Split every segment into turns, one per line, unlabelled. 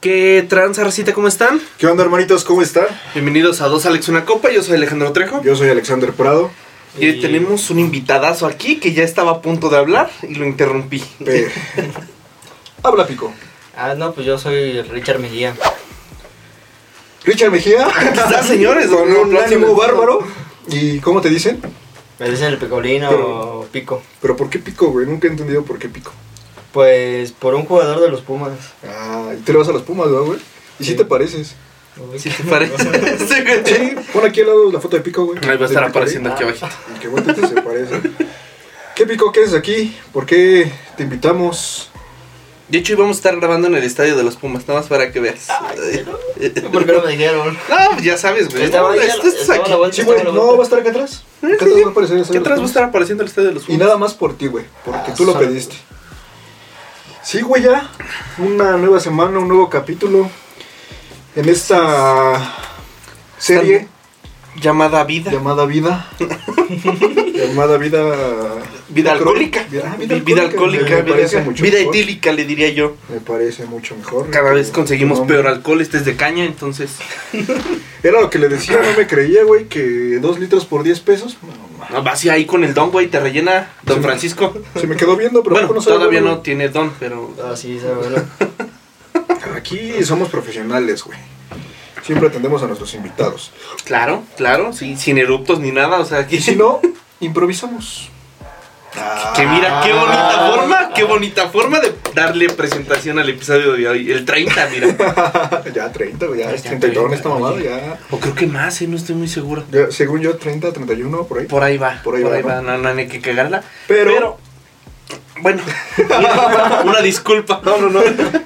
¿Qué transarcita? ¿Cómo están?
¿Qué onda, hermanitos? ¿Cómo están?
Bienvenidos a Dos Alex Una Copa, yo soy Alejandro Trejo.
Yo soy Alexander Prado.
Y hoy tenemos un invitadazo aquí que ya estaba a punto de hablar y lo interrumpí.
Pe- Habla Pico.
Ah, no, pues yo soy Richard Mejía.
Richard Mejía.
está, señores?
Con un
Aplausos.
ánimo bárbaro. ¿Y cómo te dicen?
Me dicen el picolín o pico.
Pero ¿por qué Pico, güey? Nunca he entendido por qué Pico.
Pues por un jugador de los Pumas.
Ah, y te le vas a las pumas, ¿verdad, güey? ¿Y si
Sí.
te pareces?
Si te parece. Sí, güey.
Sí, pon aquí al lado la foto de Pico, güey.
Ahí va a estar
Del Picolín.
apareciendo aquí abajo.
Y Qué bueno que se parece. ¿Qué Pico? ¿Qué haces aquí? ¿Por qué te invitamos?
De hecho, íbamos a estar grabando en el estadio de los Pumas, nada más para que veas.
¿Por qué no me dijeron?
No, pues ya sabes, güey.
Estaba ahí,
No, esto es
estaba a
aquí.
la vuelta.
Sí, güey, ¿no va a estar acá atrás? Acá atrás va a aparecer esa
Eh, ¿Qué
de
atrás va a
las
estar apareciendo el estadio de los
Y
Pumas?
nada más por ti, güey,
Ah,
porque tú lo
Solo-
pediste. Sí, güey, ya. Una nueva semana, un nuevo capítulo. En esta serie
Llamada vida.
llamada Vida. llamada Vida.
Vida alcohólica.
Vida, ah, vida
Vi- Vida
alcohólica.
alcohólica.
Me parece
Vida
mucho
vida
mejor.
etílica, le diría yo.
Me parece mucho mejor.
Cada vez conseguimos
No,
peor alcohol, este es de caña, entonces.
Era lo que le decía, no me creía, güey, que dos litros por 10 pesos. No, ma.
No, vas ahí con el don, güey, te rellena
Sí.
Don Francisco.
Se me quedó viendo, pero
bueno,
¿cómo sabe,
todavía
güey?
no tiene don, pero.
Ah, sí, sabe, bueno.
Aquí somos profesionales, güey. Siempre atendemos a nuestros invitados.
Claro, claro, sí, sin eruptos ni nada, o sea, aquí.
Y si no, improvisamos.
Que mira,
Ah.
qué bonita forma, qué bonita forma de darle presentación al episodio de hoy. El 30, mira.
Ah, ya 30, güey, ya es
Ya
31
30,
esta mamada,
oye.
ya.
O creo que más, eh, no estoy muy seguro.
Ya, Según yo, 30, 31, por ahí.
Por ahí va,
Por ahí va,
va, no, no, no hay que cagarla.
Pero-
bueno, una, una disculpa.
No, no, no.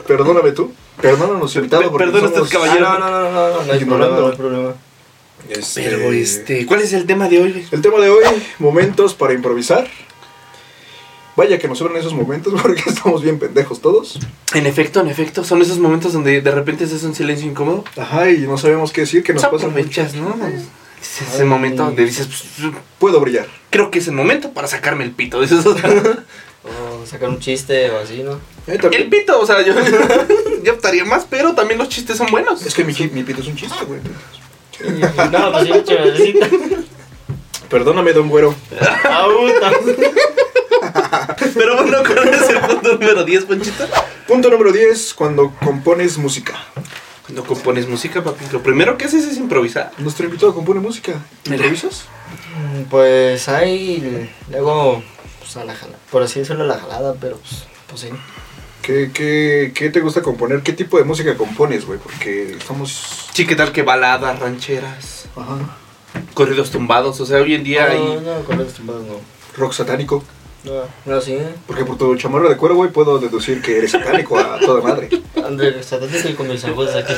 Perdóname tú. Perdónanos, los invitados.
per-
porque
perdona usted,
somos,
este caballero.
Ah, no, no, no, no, no, no hay problema, no hay problema.
este,
Pero este, ¿cuál es el tema de hoy, güey?
El tema de hoy: momentos para improvisar. Vaya que nos sobran esos momentos porque estamos bien pendejos todos.
En efecto, en efecto, son esos momentos donde de repente se hace un silencio incómodo.
Ajá, y no sabemos qué decir, que nos
Pues
pasa mucho.
aprovechas, ¿no? Es ese momento donde dices, pues,
Puedo brillar.
creo que es el momento para sacarme el pito. dices, o sea,
O sacar un chiste o así, ¿no?
Eh, también-
el pito, o sea, yo, yo optaría más, pero también los chistes son buenos.
Es que mi, chi- mi pito es un chiste, güey.
No, pues yo chéverecita.
Perdóname, don Güero.
Ah, puta.
Pero bueno, con ese punto número 10, Ponchito.
Punto número 10, cuando compones música.
Cuando compones música, papi, lo primero que haces es improvisar.
Nuestro invitado compone música. ¿Improvisas?
Mm, Pues ahí luego, pues a la jalada. Por así decirlo, a la jalada, pero pues, pues sí.
¿Qué, qué, qué te gusta componer? ¿Qué tipo de música compones, güey? Porque estamos...
Sí, ¿qué tal que baladas, rancheras,
Ajá.
corridos tumbados? O sea, hoy en día
No,
hay...
no, con los tumbados no.
Rock satánico.
No, no, sí. ¿eh?
Porque por tu chamarra de cuero, güey, puedo deducir que eres satánico a toda madre.
André, satánico y con mis abuelos aquí.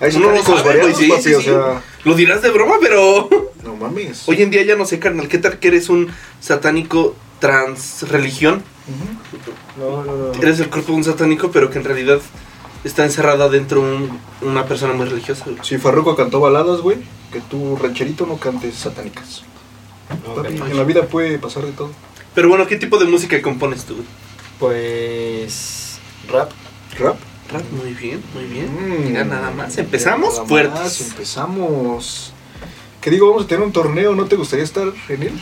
Hay
Uno no sabe,
satánicos
güey,
variados,
sí,
papi,
sí,
o
sí.
sea...
Lo dirás de broma, pero...
No mames.
Hoy en día ya no sé, carnal, ¿qué tal que eres un satánico transreligión?
Ujú.
No, no, no.
Eres el cuerpo de un satánico, pero que en realidad está encerrada dentro un- una persona muy religiosa. güey.
Si Farruko cantó baladas, güey, que tú, rancherito, no cantes satánicas.
No,
Papi,
ok.
en la vida puede pasar de todo.
Pero bueno, ¿qué tipo de música compones tú? güey?
Pues. Rap.
¿Rap?
Rap, muy bien, muy bien.
Mm.
Mira, nada más, empezamos
Nada más,
fuertes.
empezamos. Que digo, vamos a tener un torneo, ¿no te gustaría estar en él?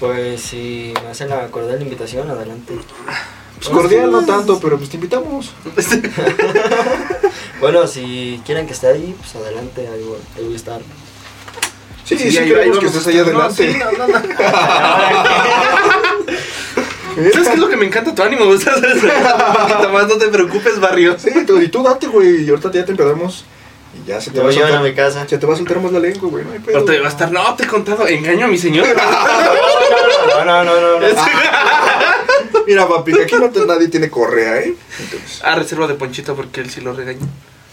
Pues si me hacen la cordial invitación, adelante.
Pues cordial no tanto, pero pues te invitamos.
Bueno, si quieren que esté ahí, pues adelante, ahí voy, ahí voy a estar.
Sí, sí,
ahí- ahí
queremos que
vamos.
estés allá
No,
adelante.
sí, no, no, no. ¿Sabes qué es lo que me encanta tu ánimo? güey? ¿Sabes? Un poquito más, no te preocupes, barrio.
Sí, tú, y tú date, güey, y ahorita ya te empezamos. Y ya se te,
Yo
va a
voy a
soltar,
mi casa.
se te va a soltar más la lengua, güey, no hay
Pero
pedo.
te va a estar, no, te he contado, engaño a mi señor.
No, no, no, no, no.
Mira, papi, que aquí no te- nadie tiene correa, ¿eh? Entonces,
A reserva de Ponchito porque él sí lo regaña.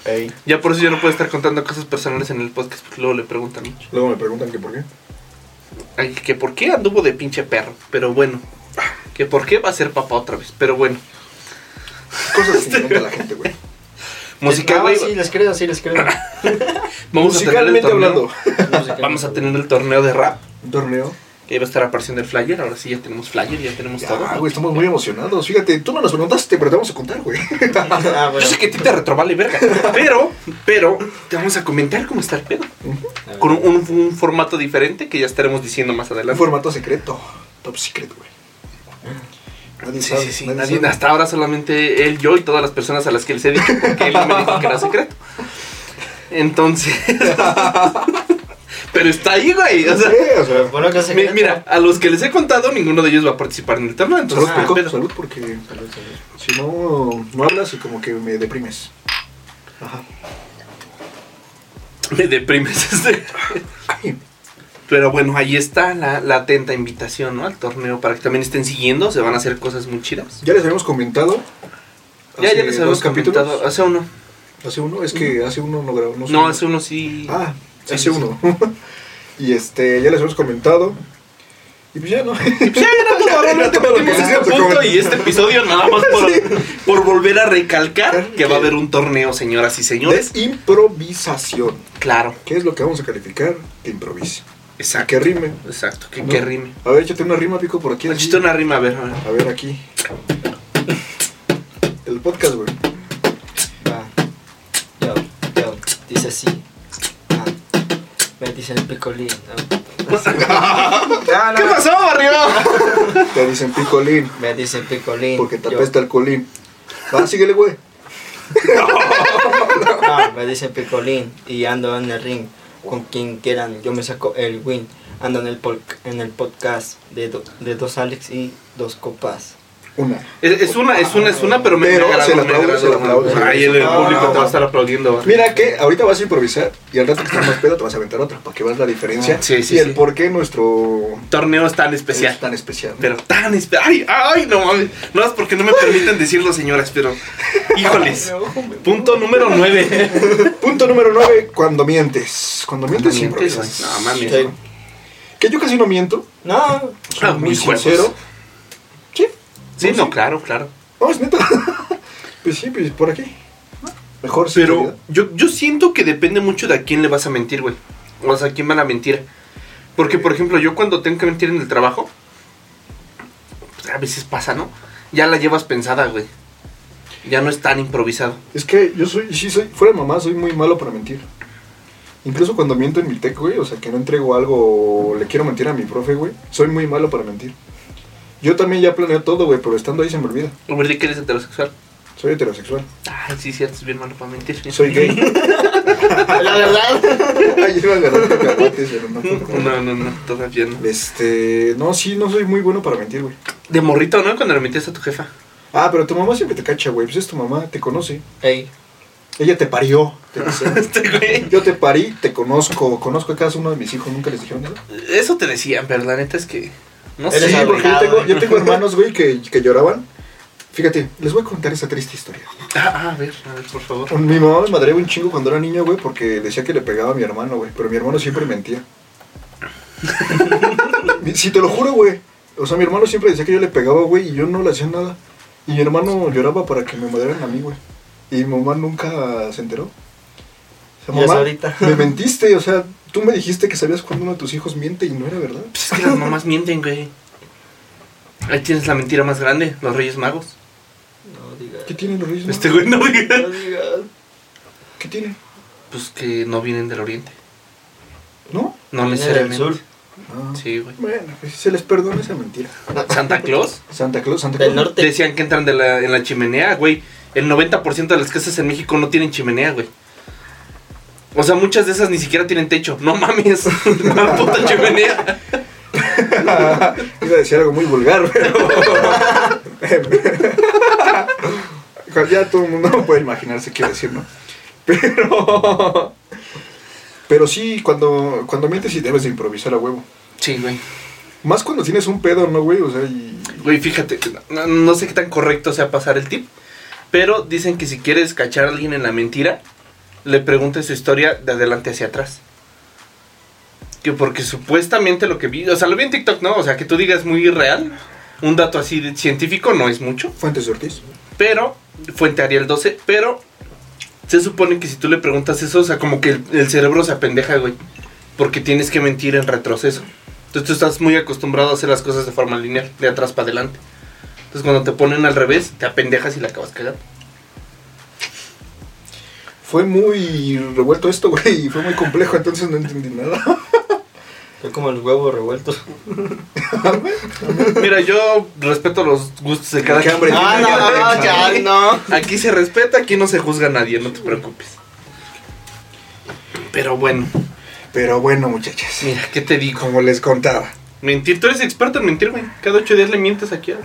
Ey.
Ya por eso yo no puedo estar contando cosas personales en el podcast porque luego le preguntan mucho.
luego me preguntan que por qué.
Ay, que por qué anduvo de pinche perro, pero bueno. Que por qué va a ser papá otra vez, pero bueno.
Cosas que pregunta la gente, güey.
Música,
No,
güey.
Ah, sí, les creo, sí, les creo.
Vamos a tener el
Ah, Musicalmente
torneo.
hablando.
Música.
Vamos a tener el torneo de rap.
¿Un torneo?
Eh, va a estar apareciendo el flyer. Ahora sí ya tenemos flyer, ya tenemos todo.
Ya, güey, estamos muy emocionados. Fíjate, tú no nos preguntaste, pero te vamos a contar, güey.
Ah, bueno.
Yo sé que a ti te retrovale verga. Pero, pero, te vamos a comentar cómo está el pedo.
A ver.
Con un, un- un formato diferente que ya estaremos diciendo más
Un
adelante.
formato secreto. Top secret, güey. Nadie
Sí,
sabe,
sí, sí.
nadie
Nadie-
sabe.
hasta ahora solamente él, yo y todas las personas a las que les he dicho, porque él me dijo que era secreto. Entonces. pero está ahí, güey. O sea,
Sí, o sea,
Bueno, que se
mi- mira, a los que les he contado, ninguno de ellos va a participar en el tema. Entonces,
salud,
Ah,
pues,
Peco,
pedo.
salud, porque si no, no hablas y como que me deprimes. Ajá.
me deprimes. este.
Ay,
Pero bueno, ahí está la, la atenta invitación, ¿no? Al torneo para que también estén siguiendo. Se van a hacer cosas muy chidas.
ya les habíamos comentado.
Ya,
hace
ya les habíamos
dos capítulos.
comentado. Hace uno.
Hace uno, es que hace uno no grabó.
No, hace uno sí.
Ah,
Sí,
hace
sí,
uno. y este, ya les hemos comentado. Y pues ya no.
Ya era todo, ahora no te metimos
Ya,
ese
ya,
punto
ya.
y este episodio nada más por, por volver a recalcar que va a haber un torneo, señoras y señores.
De improvisación.
Claro,
¿Qué es lo que vamos a calificar? Que improvise. A
exacto.
que rime.
Exacto, que,
¿no?
que rime. Pues,
A ver, échate una rima, pico, por aquí. así.
Ah, Chiste una rima, a ver, a ver.
A ver, aquí. El podcast, güey.
Va. Yo, yo, dice así. Ah. Me dice el picolín. Ah, no,
¿Qué
no.
pasó, arriba?
Te dicen picolín.
Me dice el picolín.
Porque te
Yo,
apesta el colín. Va, síguele, güey.
ah, me dice picolín y ando en el ring. Con quien quieran, yo me saco el win. Ando en el, pol- en el podcast de, do- de dos Alex y dos copas.
Una.
Es, es una, es una, es una, pero me
Pero
me agradó,
se
me
la aplaude,
agradó.
se la aplaude, se la
Ay, el, el
aplaude.
público
No,
te va
no.
a estar aplaudiendo.
Mira que ahorita vas a improvisar y al rato que estás más pedo te vas a aventar otra para que veas la diferencia
Sí, sí,
y el
sí.
por qué nuestro
Torneo es tan especial.
es tan especial. ¿no?
Pero tan especial. Ay, ay, no mames. No es porque no me permiten decirlo, señoras, pero. Híjoles. Punto número 9.
Punto número 9, cuando mientes. Cuando mientes,
Cuando mientes,
improvisas.
no mames.
Sí.
Que yo casi no miento,
No,
soy
Ah,
muy
mis huevos.
sincero. Sí,
Sí, no, claro, claro.
no, es neta. pues sí, pues por aquí. Mejor
Pero
sinceridad.
yo, yo siento que depende mucho de a quién le vas a mentir, güey. O sea, a quién va la mentira. Porque, por ejemplo, yo cuando tengo que mentir en el trabajo, pues, a veces pasa, ¿no? Ya la llevas pensada, güey. Ya no es tan improvisado.
Es que yo soy, sí soy, fuera de mamá, soy muy malo para mentir. Incluso cuando miento en mi tech, güey, o sea, que no entrego algo o le quiero mentir a mi profe, güey, soy muy malo para mentir. Yo también ya planeo todo, güey, pero estando ahí se me olvida.
Hombre, ¿de que eres heterosexual?
Soy heterosexual.
Ay, sí, cierto, es bien malo para mentir.
Soy gay.
la verdad.
Ay, iba a agarrar cacahuates, pero no.
No, no, no, todavía no.
Este, no, sí, no soy muy bueno para mentir, güey.
De morrito, ¿no? Cuando le metías a tu jefa.
Ah, pero tu mamá siempre te cacha, güey. Pues es tu mamá, te conoce.
Ey,
Ella te parió. te dice.
Este güey.
Yo te parí, te conozco, conozco a cada uno de mis hijos, nunca les dijeron nada.
Eso te decían, pero la neta es que. No
Eres
Sí,
sé. güey.
porque yo
abogado.
tengo, yo tengo hermanos, güey, que, que lloraban. Fíjate, les voy a contar esa triste historia.
Ah, a ver, a ver, por favor.
Pues, Mi mamá me madreaba un chingo cuando era niño, güey, porque decía que le pegaba a mi hermano, güey. Pero mi hermano siempre mentía. si te lo juro, güey. O sea, mi hermano siempre decía que yo le pegaba, güey, y yo no le hacía nada. Y mi hermano lloraba para que me madrearan a mí, güey. Y mi mamá nunca se enteró. O sea,
Y hasta ahorita.
me mentiste, o sea, tú me dijiste que sabías cuando uno de tus hijos miente y no era verdad.
Pues es que las mamás mienten, güey. Ahí tienes la mentira más grande, los Reyes Magos.
no digas.
¿Qué tienen los reyes?
Este güey no
No
viene.
digas.
¿Qué tienen?
Pues que no vienen del oriente.
¿No?
No
Viene
necesariamente.
del sur.
Ah.
Sí, güey.
Bueno, pues se les perdona esa mentira.
Santa Claus.
Santa Claus, Santa Claus.
Del norte.
Decían que entran de la, en la chimenea, güey. El 90% de las casas en México no tienen chimenea, güey. O sea, muchas de esas ni siquiera tienen techo. No mames. ¿Cuál puta chimenea?
Iba a decir algo muy vulgar, pero. ya todo el mundo puede imaginarse qué iba a decir, ¿no? Pero. Pero sí, cuando, cuando mientes y debes de improvisar a huevo.
Sí, güey.
Más cuando tienes un pedo, ¿no, güey? O sea, y.
Güey, fíjate, no, no sé qué tan correcto sea pasar el tip, pero dicen que si quieres cachar a alguien en la mentira, le preguntes su historia de adelante hacia atrás. Que porque supuestamente lo que vi, o sea, lo vi en TikTok, ¿no? O sea, que tú digas muy real, un dato así de científico no es mucho,
Fuentes de Ortiz.
pero, fuente Ariel 12, pero se supone que si tú le preguntas eso, o sea, como que el, el cerebro se apendeja, güey, porque tienes que mentir en retroceso. Entonces tú estás muy acostumbrado a hacer las cosas de forma lineal, de atrás para adelante. Entonces cuando te ponen al revés, te apendejas y la acabas cagando.
Fue muy revuelto esto, güey, y fue muy complejo, entonces no entendí nada.
Fue como los huevos revueltos.
Mira, yo respeto los gustos de cada
Qué
quien.
hambre. Ah,
no, no, ya, no.
Aquí se respeta, aquí no se juzga a nadie, no te preocupes. Pero bueno,
Pero bueno, muchachas,
mira, ¿qué te digo?
como les contaba.
Mentir, tú eres experto en mentir, güey. Cada ocho días le mientes aquí a,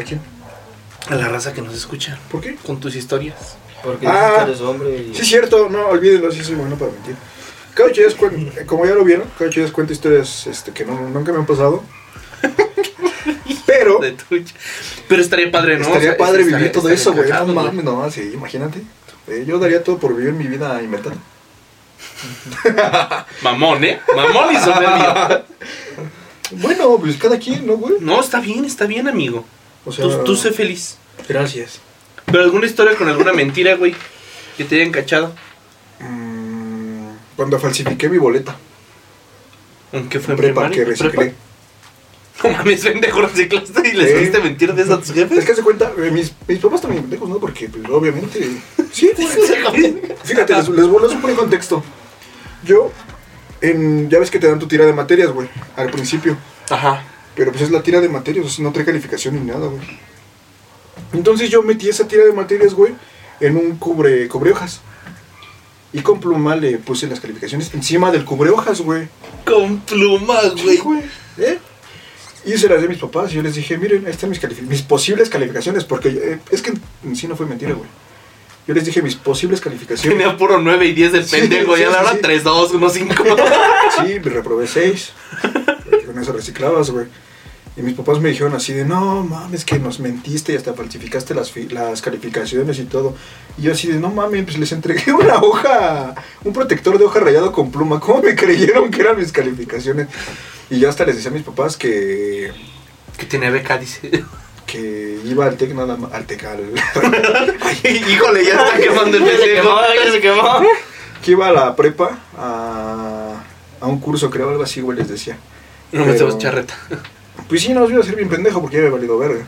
¿A quién?
a la raza que nos escucha
¿Por qué?
con tus historias.
Porque
Ah.
dices que eres hombre y...
Sí, es cierto, no, olvídenlo, sí soy bueno para mentir. Cada ocho días cuen- eh, como ya lo vieron, cada ocho días cuento historias este, que no, nunca me han pasado. Pero
De tuya. Pero estaría padre, ¿no?
estaría
O sea,
padre
estaría-
vivir todo
estaría
eso, güey. No
cagado,
mames, no, sí, imagínate. Eh, yo daría todo por vivir mi vida inventada.
Mamón, ¿eh? Mamón y soberbio.
Bueno, pues cada quien, ¿no, güey?
No, está bien, está bien, amigo.
O sea,
Tú, tú sé feliz.
Gracias.
Pero alguna historia con alguna mentira, güey. Que te hayan cachado.
Mm, cuando falsifiqué mi boleta
Aunque fue
en
en
prepa
primaria?
que reciclé.
No mames, pendejo, reciclaste y les
Sí.
hiciste mentir de eso a tus
Es
jefes.
que se cuenta, eh, mis, mis papás también pendejos, ¿no? Porque, pues, obviamente. Sí, güey. Fíjate, les, les, voy- les pongo en contexto. Yo, en, ya ves que te dan tu tira de materias, güey, al principio.
Ajá.
Pero pues es la tira de materias, o sea, no trae calificación ni nada, güey. Entonces yo metí esa tira de materias, güey, en un cubre, cubre hojas. Y con pluma le puse las calificaciones encima del cubre hojas, güey.
Con plumas, güey.
Sí, güey. ¿Eh? Y se las di a mis papás y yo les dije, miren, ahí están mis, califi- mis posibles calificaciones, porque eh, es que en sí no fue mentira, güey. Yo les dije mis posibles calificaciones.
Tenía puro 9 y 10 del
Sí,
pendejo.
sí,
y a la
sí,
hora
sí.
3, 2, 1, 5.
Sí, me reprobé seis. porque Con eso reciclabas, güey. Y mis papás me dijeron así de, no mames, que nos mentiste y hasta falsificaste las, fi- las calificaciones y todo. Y yo así de, no mames, pues les entregué una hoja, un protector de hoja rayado con pluma. ¿Cómo me creyeron que eran mis calificaciones? Y yo hasta les decía a mis papás que,
que tiene beca, dice.
que iba al TEC nada más, al TEC, al-
Híjole, ya está quemando el
Ya se
pendejo.
quemó, ya se quemó.
que iba a la prepa a, a un curso, creo, algo así, güey, les decía.
No me
Pero-
estemos charreta.
Pues sí, no, yo iba a ser bien pendejo porque ya me valido verga.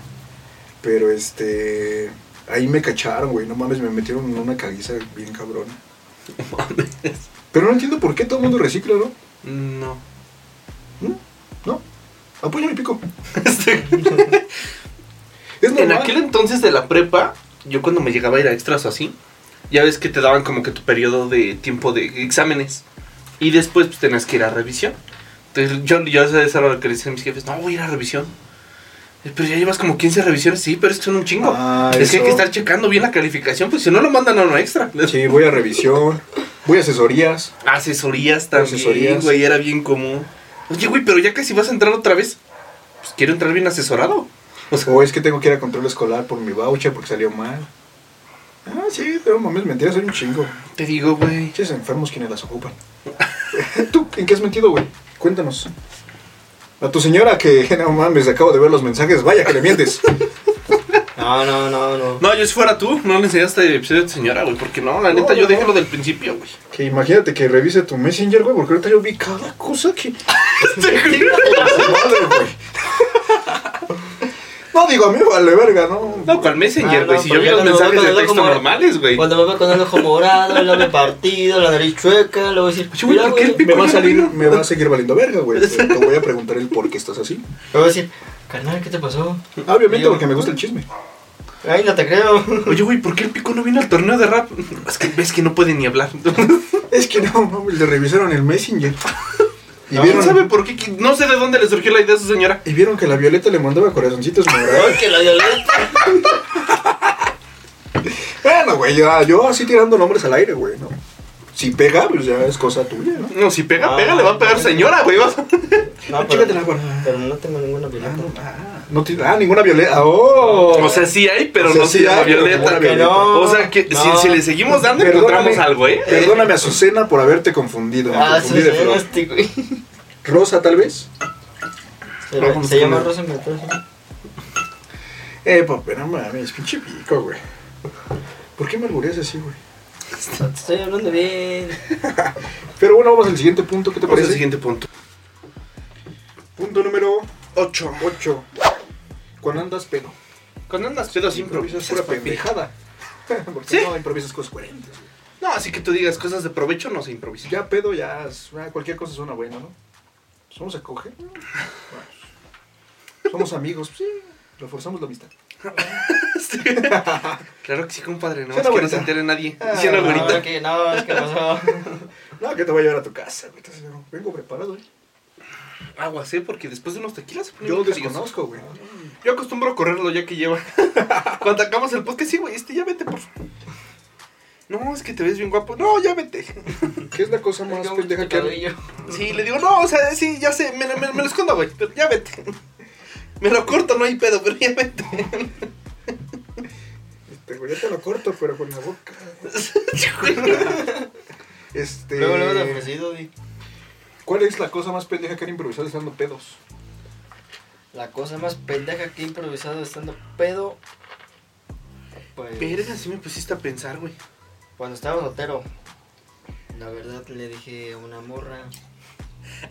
Pero este. Ahí me cacharon, güey. No mames, me metieron en una caguiza bien cabrona.
Mames.
Pero no entiendo por qué todo el mundo recicla, ¿no?
No.
¿Mm? ¿No? Apoya mi pico.
Este-
Es
En
normal.
aquel entonces de la prepa, yo cuando me llegaba a ir a extras o así, ya ves que te daban como que tu periodo de tiempo de exámenes. Y después pues tenías que ir a revisión. Entonces yo, yo eso es algo que le decía a mis jefes, no voy a ir a revisión. "Eh, Pero ya llevas como 15 revisiones, sí, pero es que son un chingo.
Ah,
es que hay que
eso.
estar checando bien la calificación, pues si no lo mandan a uno extra.
Sí, voy a revisión. Voy a asesorías.
Asesorías también,
Asesorías.
güey, era bien común. Oye, güey, pero ya casi vas a entrar otra vez. Pues quiero entrar bien asesorado. O sea,
O es que tengo que ir a control escolar por mi voucher porque salió mal. Ah, sí, pero mames, mentiras, soy un chingo.
te digo, güey.
Pinches enfermos quienes las ocupan. ¿Tú en qué has mentido, güey? Cuéntanos. A tu señora que, no mames, acabo de ver los mensajes, vaya que le mientes.
No, no, no, no.
No, yo si fuera tú, no le enseñaste el episodio de tu señora, güey, porque no, la neta,
No,
yo
no.
dejé lo del principio, güey.
que imagínate que revise tu Messenger, güey, porque ahorita yo vi cada cosa que... Madre, güey. No, digo, a mí vale verga, ¿no?
No, con Messenger,
Ah,
güey,
no,
si yo
pero
vi los
ya cuando me
mensajes
veo
de
con el
texto
ojo morado-
normales, güey.
Cuando me veo con el ojo morado, el labio partido, la nariz chueca, luego decir,
Oye, güey,
mira,
¿por qué el
güey.
Me va a salir, me va a seguir valiendo verga, güey. Te te voy a preguntar el por qué estás así.
Luego decir, carnal, ¿qué te pasó?
Ah, Obviamente
Yo-
porque me gusta el chisme.
Ay, no te creo.
Oye, güey, ¿por qué el pico no vino al torneo de rap? Es que ves que no puede ni hablar.
Es que no, mames, le revisaron el Messenger. Y
¿Quién
vieron...
sabe por qué? ¿Qui- No sé de dónde le surgió la idea a su señora.
Y vieron que la Violeta le mandaba corazoncitos morados.
Ay, que la violeta.
Bueno, güey, ya, yo así tirando nombres al aire, güey, ¿no? Si pega, pues ya es cosa tuya, ¿no?
No, si pega,
Ah,
pega, le va a pegar
no,
señora, güey. vas-
No,
Ah, Chícate la
pero,
guarda.
pero no tengo ninguna violeta.
No tiene, ah, ninguna violeta. ¡Oh!
Ah, O sea, sí hay, pero
O sea,
no se
sí
llama
hay, pero
Violeta.
como una violeta.
No,
o sea, que si-
no.
si, le seguimos dando, encontramos algo, ¿eh?
Perdóname, Azucena, por haberte confundido.
Ah,
confundí
se
de flor.
llama este, güey.
Rosa, tal vez. Ah,
Se- Se llama Rosa Mendoza.
Eh, papá, no mames, pinche pico, güey. ¿Por qué me albureas así, güey?
Te estoy hablando bien.
Pero bueno, vamos al siguiente punto, ¿qué te
Vamos al
parece?
siguiente punto. Ocho.
8. Cuando andas pedo.
Cuando andas pedo
Si
sin
improvisas
improvisas,
pura
papi.
pendejada.
¿Sí?
Porque no improvisas cosas coherentes. güey.
No, así que tú digas cosas de provecho, no se improvisa.
Ya pedo, ya es- ah, cualquier cosa suena buena, ¿no? Pues vamos a coger. Bueno, somos amigos, pues sí, reforzamos la amistad.
claro que sí, compadre, no
Suena
es que no
bonita.
se entere nadie.
Ah,
Diciendo
no,
ahorita.
es que no, es que pasó.
No, que te voy a llevar a tu casa, güey. Entonces, yo, vengo preparado, ¿eh?
Aguas, ¿eh? Porque después de unos tequilas se pone
Yo lo
bien cariñoso.
desconozco, güey.
Yo acostumbro a correrlo ya que lleva. Cuando acabamos el podcast, sí, güey, este ya vete, por favor. No, es que te ves bien guapo. No, ya vete.
¿Qué es la cosa más pendeja que hay?
Sí, le digo, no, o sea, sí, ya sé, me, me- me lo escondo, güey, pero ya vete. Me lo corto, no hay pedo, pero ya vete.
Este, güey, ya te lo corto, pero con la boca. Este.
Luego, luego te ofrecido, di.
¿Cuál es la cosa más pendeja que han improvisado estando pedos?
La cosa más pendeja que he improvisado estando pedo. Pues.
Verga, sí me pusiste a pensar, güey.
Cuando estaba soltero, la verdad le dije a una morra.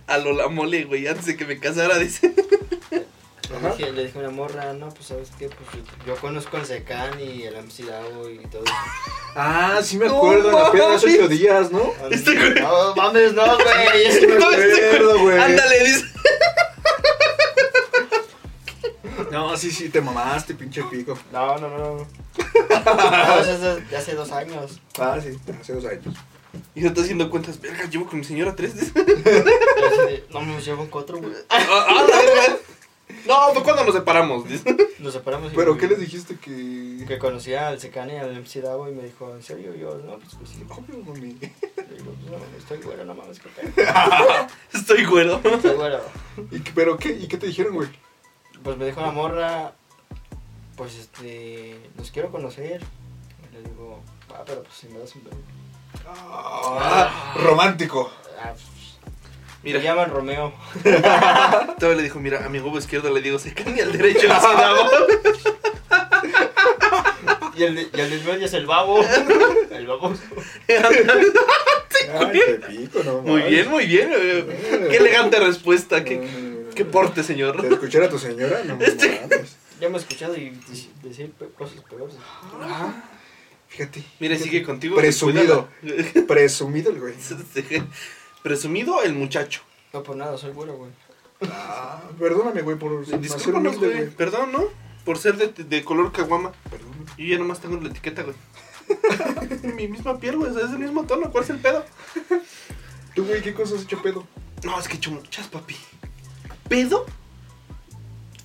A lo la mole, güey, antes de que me casara, dice.
Le
Ajá.
dije, le dije a una morra, no, pues sabes qué, pues yo, yo conozco al Secán y el Amcidao y todo eso.
Ah, sí me
No
acuerdo, en la peda hace
mames.
ocho días, ¿no?
Este güey.
No, mames, no, güey. es que-
No, este
acuerdo, güey.
Ándale, dice.
No, sí, sí, te mamaste, pinche pico.
No, no, no. no eso es de- de hace dos años.
Ah, sí, hace dos años.
Y yo está haciendo cuentas, verga, llevo con mi señora tres, dice.
Yo así de, No me llevo cuatro, güey.
Ah, ah, la verga. No, fue cuando nos separamos, dice.
Nos separamos. y-
¿Pero qué les dijiste que.?
Que conocía al Secán y al Amcidao y me dijo, ¿en serio? Y yo, no, pues, pues sí.
Obvio, mami.
Le digo, pues, no, estoy güero, no mames, que pedo.
Estoy güero.
Estoy güero.
¿Y qué- ¿Pero qué? ¿Y qué te dijeron, güey?
Pues me dijo la morra, pues este, los quiero conocer. Y le digo, ah, pero pues si me das un beso.
Ah, romántico.
Ah, pues,
Mira,
Me llaman Romeo.
todavía le dijo, mira, a mi huevo izquierdo le digo, se cambia al derecho, dice, "Davo".
Y el, de- y el del medio es el babo. El babo.
Ay, te pico, no.
Muy
mames.
bien, muy bien. güey. Qué elegante respuesta, qué, qué porte,
De
señor.
escuchar a tu señora, no.
Este-
mames.
Ya me he escuchado y dec- decir pe- cosas peores.
Fíjate.
Mira, sigue contigo.
Presumido.
cuídala.
Presumido el güey.
Presumido el muchacho.
No por nada, soy bueno, güey.
Ah, perdóname, güey, por no ser
Discúlpanos,
humilde,
güey.
güey.
Perdón, ¿no? Por ser de, de color caguama.
Perdóname.
Yo ya nomás tengo la etiqueta, güey. Mi misma piel, güey. o sea, Es el mismo tono. ¿Cuál es el pedo?
Tú, güey, ¿qué cosas has hecho pedo?
No, es que he hecho muchas, papi. ¿Pedo?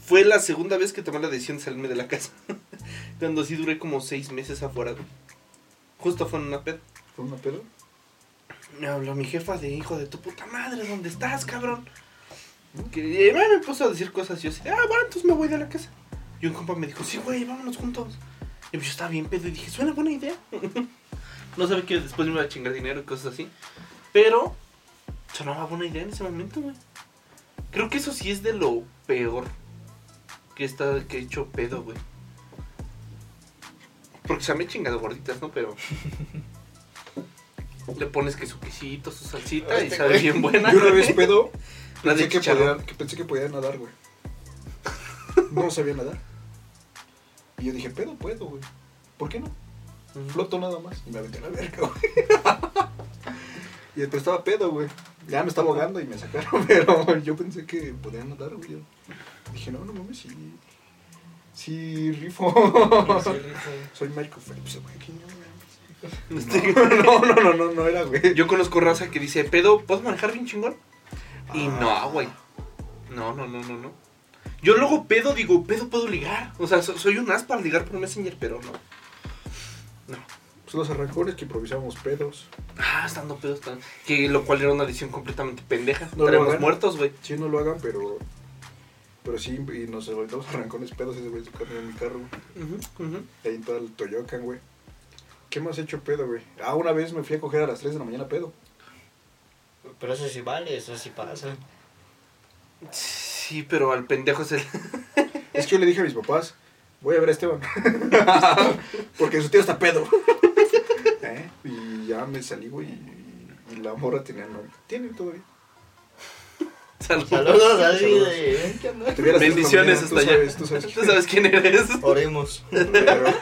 Fue la segunda vez que tomé la decisión de salirme de la casa. Cuando sí duré como seis meses afuera, güey. Justo fue en una peda.
¿Fue una pedo?
Me habló mi jefa de hijo de tu puta madre, ¿dónde estás, cabrón? Que eh, me puso a decir cosas y yo así, de, ah, bueno, entonces me voy de la casa. Y un compa me dijo, sí, güey, vámonos juntos. Y pues yo estaba bien pedo y dije, suena buena idea. no sabía que después me iba a chingar dinero y cosas así. Pero sonaba buena idea en ese momento, güey. Creo que eso sí es de lo peor que, está, que he hecho pedo, güey. Porque se me he chingado gorditas, ¿no? Pero... Le pones que su quesito, su salsita y
Este
sabe
güey.
bien buena.
Yo una
güey.
vez pedo,
La
pensé
de
que,
chicharrón.
podía, que pensé que podía nadar, güey. No sabía nadar. Y yo dije, pedo, puedo, güey. ¿Por qué no? Floto nada más. Y me aventé a la verga, güey. Y después estaba pedo, güey. Ya me estaba ahogando y me sacaron, pero yo pensé que podía nadar, güey. Yo Dije, no, no mames, sí. Sí, rifo.
Sí, rico.
Soy Michael Phelps, güey. que no mames.
Este,
No, no, no, no, no era, güey.
Yo conozco raza que dice, pedo, ¿puedes manejar bien chingón? Y
Ah.
no, güey. No, no, no, no, no. Yo luego pedo, digo, pedo, puedo ligar. O sea, so- soy un as para ligar por Messenger, pero no.
Pues los arrancones que improvisamos pedos.
Ah, estando pedo, estando. Que lo cual era una decisión completamente pendeja.
No lo
Estaremos
hagan.
muertos, güey.
Sí, no lo hagan, pero. Pero sí, y nos aventamos arrancones pedos ese güey se camión en mi carro. güey.
Ujú, ujú.
Ahí en todo el Toyocan, güey. ¿Qué más he hecho pedo, güey? Ah, una vez me fui a coger a las 3 de la mañana pedo.
Pero eso sí vale, eso sí pasa.
Sí, pero al pendejo es el.
Es que yo le dije a mis papás, voy a ver a Esteban. Porque su tío está pedo. ¿Eh? Y ya me salí, güey. Y, y la morra tenía novio. Tiene todavía.
Saludos.
Saludos así
Saludos.
de. ¿eh? ¿qué onda?
Te vieras de esta
Bendiciones hasta
manera,
allá.
Tú sabes, tú sabes.
Tú sabes quién eres.
Oremos.
Pero,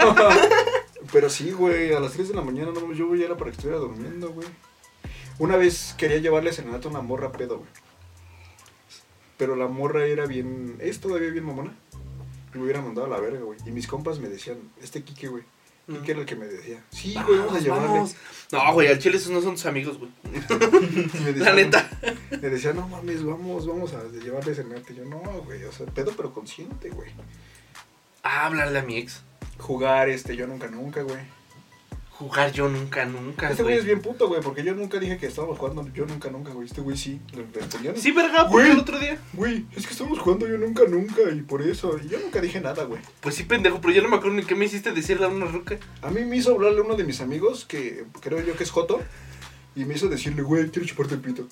pero sí, güey, a las 3 de la mañana no, yo güey, era para que estuviera durmiendo, güey. Una vez quería llevarle serenata a una morra pedo, güey. Pero la morra era bien. Es todavía bien mamona. Y me hubiera mandado a la verga, güey. Y mis compas me decían, este Quique, güey. Quique era el que me decía, sí, güey, vamos a llevarle.
Mm. Vamos. No, güey, al chile esos no son tus amigos, güey.
Y me
La
decían,
neta.
Me decían, no mames, vamos, vamos a llevarle serenata. Y yo, no, güey, o sea, pedo, pero consciente, güey.
Ah, hablarle a mi ex.
Jugar, este, yo nunca, nunca, güey.
Jugar yo nunca, nunca,
Este güey es
güey.
bien puto, güey, porque yo nunca dije que estábamos jugando. Yo nunca, nunca, güey. Este güey sí. Le respondió, ¿no?
Sí, verga, porque
Güey.
el otro día.
Güey, es que estamos jugando yo nunca, nunca. Y por eso. Y yo nunca dije nada, güey.
Pues sí, pendejo, pero yo no me acuerdo ni qué me hiciste decirle a una ruca.
A mí me hizo hablarle uno de mis amigos, que creo yo que es Joto. Y me hizo decirle, güey, quiero chuparte el pito.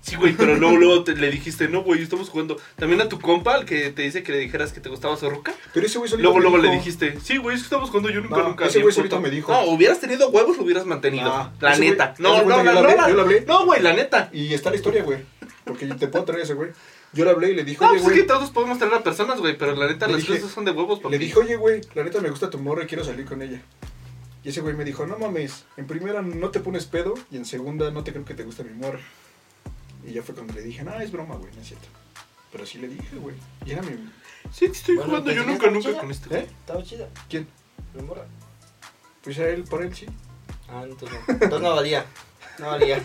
Sí, güey, pero luego, luego te- le dijiste, no, güey, estamos jugando. También a tu compa, al que te dice que le dijeras que te gustaba su ruca.
Pero ese güey solito.
Luego,
me
luego le
dijo-
dijiste, sí, güey, es que estamos jugando yo nunca,
No,
nunca.
ese
bien
güey solito
puto.
me dijo.
No, hubieras tenido huevos, lo hubieras mantenido.
Ah,
la
ese güey-
neta.
ese
no,
güey
no,
yo le
no, no,
hablé,
no,
yo le hablé.
no, güey, la neta.
Y está la historia, güey. Porque te puedo traer a ese güey. Yo le hablé y le dije,
No,
oye,
pues es que
güey.
todos podemos tener a personas, güey, pero la neta,
Le
las
dije-
cosas son de huevos, papi.
Le dije, oye, güey, la neta me gusta tu morra y quiero salir con ella. Y ese güey me dijo, no mames, en primera no te pones pedo y en segunda no te creo que te gusta mi morra. Y ya fue cuando le dije, no, es broma, güey, no es cierto. Pero sí le dije, güey. Y era mi...
sí, estoy
Bueno,
jugando
pues,
yo
¿sí
nunca,
está
nunca
chida?
con este. güey.
¿Eh?
Estaba chida.
¿Quién?
¿Me mora?
Pues era él, para él sí.
Ah, entonces no. Entonces no valía. No valía.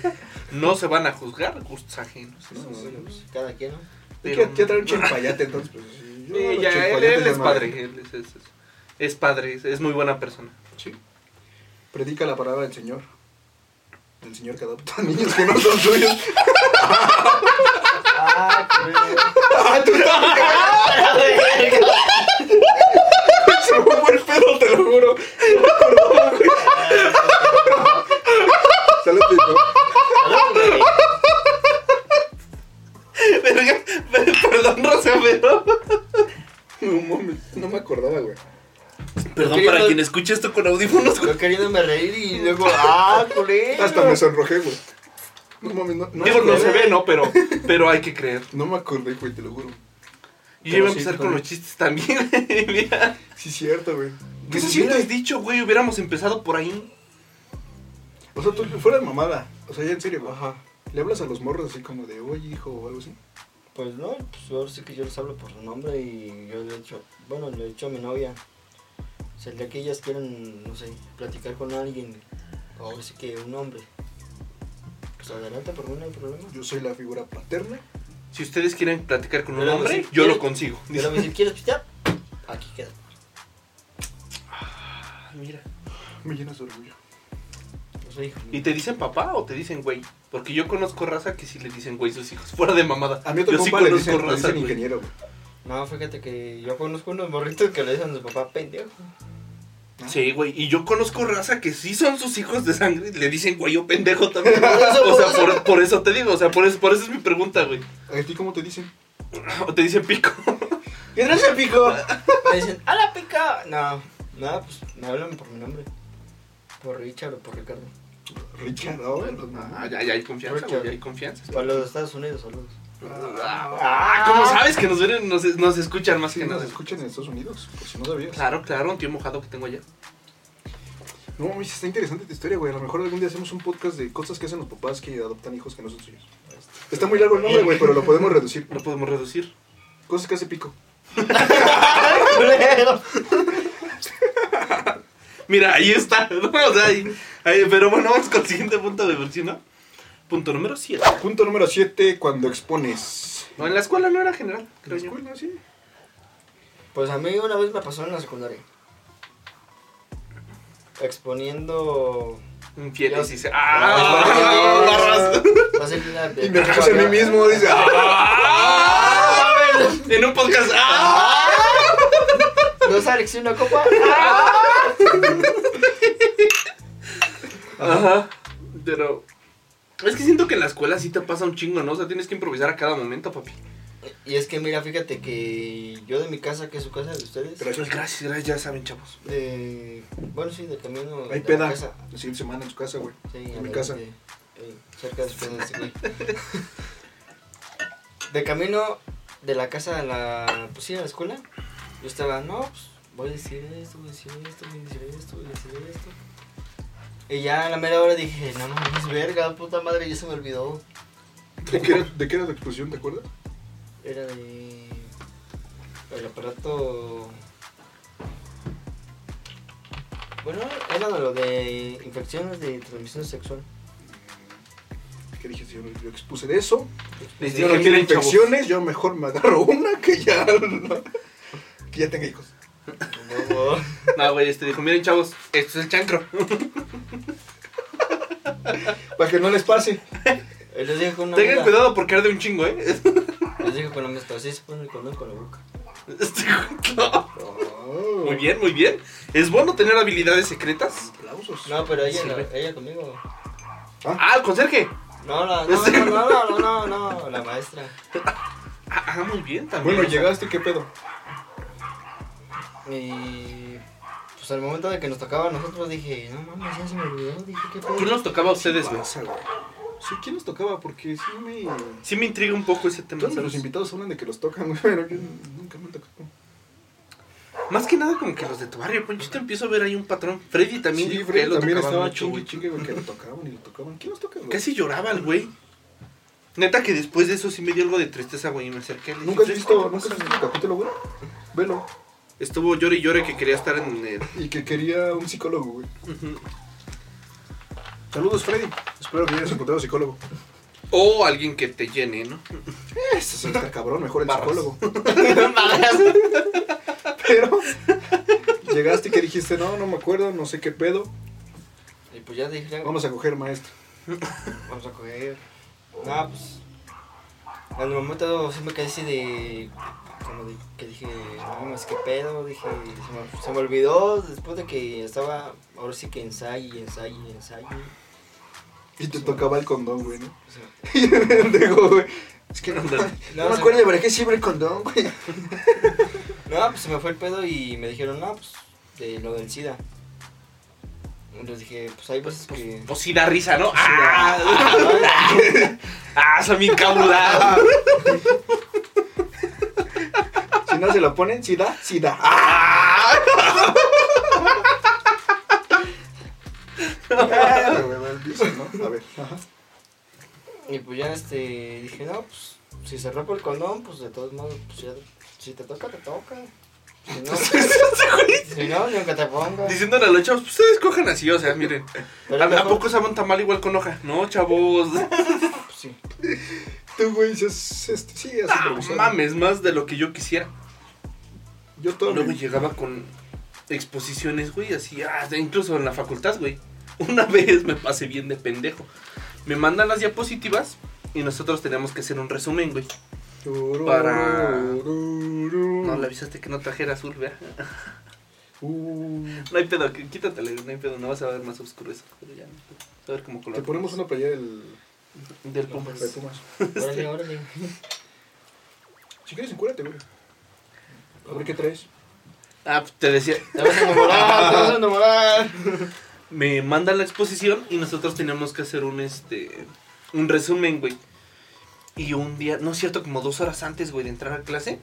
No se van a juzgar gustos ajenos.
No,
Pues,
no,
pues, Cada quien, ¿no?
Es
Pero
que ya
no.
trae un chimpayate, entonces, pues sí. yo
Sí,
los
ya, él,
chimpayates
él
ya
es
no-
padre, él es, es- es- es padre, es, es muy buena persona.
Sí. Predica la palabra del Señor. El Señor que adopta a niños que no son suyos.
Ah,
¡Ah, tú estás! Se me fue el pedo, te lo juro. No me acordaba, güey. Saludos, Nico.
Verga, Perdón, Rosa, pero...
No mames, no me acordaba, güey.
Perdón
Ok,
para
no-
quien escuche esto con audífonos. güey.
Yo queriéndome reír y luego, ah, culero.
Hasta me sonrojé, güey. No mames, no, no
Digo,
me
no se
acordé.
ve, ¿no? Pero, pero hay que creer.
No me acordé, güey, te lo juro.
Yo ya iba a
sí,
empezar con
joder.
los chistes también. mira.
Sí, cierto, güey.
¿Qué
Sí,
si hubieras dicho, güey? Hubiéramos empezado por ahí.
O sea, tú fuera de mamada. O sea, ya en serio, güey. Le hablas a los morros así como de, oye, hijo, o algo así.
Pues no, pues ahora sí que yo les hablo por su nombre y yo le he dicho, bueno, le he dicho a mi novia. O sea, el día que ellas quieren, no sé, platicar con alguien, ahora sí que un hombre. Pues adelante, por mí no hay problema.
Yo soy la figura paterna.
Si ustedes quieren platicar con un
Pero,
hombre,
sí,
yo
quiero-
lo consigo.
Yo le voy a decir, ¿quieres pistear? Aquí queda.
Ah, mira.
Me llenas de orgullo.
No soy Pues, hijo.
¿Y te dicen papá o te dicen güey? Porque yo conozco raza que sí le dicen güey sus hijos. Fuera de mamada.
A mí otro
yo sí
compa le
conozco
dicen, le
raza,
dicen
güey.
ingeniero, güey.
No, fíjate que yo conozco unos morritos que le dicen a su papá pendejo.
Sí, güey. Y yo conozco raza que sí son sus hijos de sangre y le dicen güey o pendejo también.
Por eso,
o
por
sea,
eso.
por, por eso te digo. O sea, por eso, por eso es mi pregunta, güey.
¿A ti cómo te dicen?
O te dicen pico.
¿Qué traes el pico? Me dicen, ¡a la pica! No, nada, pues me hablan por mi nombre. Por Richard o por Ricardo.
Richard, ahora.
Ah, ya, ya hay confianza, güey. Ya hay confianza.
Para los Estados Unidos, saludos.
Ah, ¿cómo sabes que nos ven, nos, nos escuchan más que
nos
nada?
escuchan en Estados Unidos, por si no sabías.
Claro, claro, un tío mojado que tengo allá.
No, mames, está interesante tu historia, güey. A lo mejor algún día hacemos un podcast de cosas que hacen los papás que adoptan hijos que no son suyos. Está muy largo el nombre, güey, pero lo podemos reducir.
Lo podemos reducir.
Cosas que hace pico.
Mira, ahí está. ¿no? O sea, ahí- ahí- pero bueno, vamos con el siguiente punto de versión, ¿no? Punto número 7.
Punto número 7, cuando expones.
No, en la escuela no era general,
¿La
creo yo.
escuela, sí?
Pues a mí una vez me pasó en la secundaria. Exponiendo.
Infieles dice.
Ah,
¡Ah!
ah,
Va a ser una de-
Y me puse a mí mismo, dice. ah,
¡Ah! mames! En un podcast. ¡Ah!
¿Dos Alex y una copa?
Ajá. Pero. Es que siento que en la escuela sí te pasa un chingo, ¿no? O sea, tienes que improvisar a cada momento, papi.
Y es que mira, fíjate que yo de mi casa, que es su casa de ustedes.
Gracias, gracias, ya saben, chavos.
de- bueno, sí, de camino.
Hay
de
peda.
La casa.
La siguiente semana en su casa, güey.
Sí,
En mi
adelante,
casa.
eh, cerca de su casa. sí, güey. De camino de la casa a la, pues sí, a la escuela, yo estaba, no, pues voy a decir esto, voy a decir esto, voy a decir esto, voy a decir esto. Y ya a la mera hora dije, no mames, verga, puta madre, ya se me olvidó.
¿De qué, era, ¿De qué era la exposición, te acuerdas?
Era de. El aparato. Bueno, era de lo de infecciones de transmisión sexual.
Que dije, si yo, yo expuse de eso,
Les
yo
dieron
no quiero
bien, chavos.
infecciones, yo mejor me agarro una que ya, que ya tenga hijos.
No, güey, este dijo, miren, chavos, esto es el chancro.
Para que no les pase.
Él les dijo con una
Tengan
amiga-
cuidado porque arde un chingo, ¿eh?
Les dijo con la mezcla, así se pone el condón con la boca.
Este, güey, no.
Oh.
Muy bien, muy bien. Es bueno tener habilidades secretas.
Aplausos.
No, pero ella,
Sí,
la-
güey.
ella conmigo.
Ah, el conserje.
No, la,
Sí,
no,
güey.
no, no, no, no, no, no, la maestra.
Ah, ah, muy bien también.
Bueno,
o sea,
llegaste, ¿qué pedo?
Y pues al momento de que nos tocaba a nosotros dije, no mames, ya se me olvidó, dije, ¿qué pedo?
¿Quién los tocaba a ustedes, güey?
Pasa, güey. Sí, ¿quién nos tocaba? Porque sí me...
Sí me intriga un poco ese tema.
Todos
¿sabes?
los invitados hablan de que los tocan, güey, pero yo nunca me han tocado.
Más que nada como que los de tu barrio, Poncho, te empiezo a ver ahí un patrón. Freddy también
sí,
dijo que
Fred
él lo
también
tocaba
estaba
mucho,
chingue,
güey.
chingue, güey, que lo tocaban y lo tocaban. ¿Quién los toca, güey?
Casi lloraba el güey. Neta que después de eso sí me dio algo de tristeza, güey, y me acerqué. le dije,
¿Nunca has
"¿Sabes
visto,
qué te
nunca has
pasa?".
visto el capítulo, güey? Velo.
Estuvo llore y llore que quería estar en el...
Y que quería un psicólogo, güey.
Ujú.
Saludos, Freddy. Espero que hayas encontrado psicólogo.
O alguien que te llene, ¿no?
Este es el cabrón, mejor el
Barras.
psicólogo. Pero llegaste y que dijiste, no, no me acuerdo, no sé qué pedo.
Y pues ya dije, vamos,
Vamos a coger maestro.
vamos a coger. Nada, pues. Al momento sí me quedé así de. Como de que dije, no mames, qué pedo, dije, se me, se me olvidó después de que estaba, ahora sí que ensayo y ensayo y ensayo.
Y te tocaba el condón, güey, ¿no?
O sea,
Y el pendejo, güey. Es que no, no me acuerdo de para qué sirve el condón, güey.
No, pues se me fue el pedo y me dijeron, no, pues, de lo del SIDA. Entonces dije, pues hay veces que.
Pues sí da risa, ¿no? ¡Ah! ¡Ah, son bien cabuladas!
Si no se lo ponen, si da, si da. ¡Ah! Güey, va el piso, ¿no? A ver. Ajá.
Y pues ya este, dije, no, pues, si se rompe el condón, pues de todos modos, pues ya, si te toca, te toca. Si no, pues, si no, ni aunque te ponga.
Diciéndole a los chavos, pues ustedes cojan así, o sea, miren.
Pero
¿A, a
mejor,
poco saben tan mal igual con hoja? No, chavos.
pues, sí.
Tú, güey, sí, es- este, sí, es
No
improvisado.
mames, más de lo que yo quisiera.
Yo todo
Luego
mi-
llegaba con exposiciones, güey, así, ah, de- incluso en la facultad, güey. Una vez me pasé bien de pendejo. Me mandan las diapositivas y nosotros tenemos que hacer un resumen, güey. Para- No, le avisaste que no trajera azul, vea.
Uh,
No hay pedo, qu- quítatele, no hay pedo, no vas a ver más oscuro eso. Pero ya, a ver cómo color.
Te ponemos una playa del,
Del
de
Pumas.
Pumas.
Este.
Órale, órale.
Si quieres, encuérate, güey. A ver qué traes.
Ah, pues, te decía,
Te vas a enamorar, te vas a enamorar.
me mandan la exposición y nosotros teníamos que hacer un este un resumen, güey. Y un día, no es cierto, como dos horas antes, güey, de entrar a clase,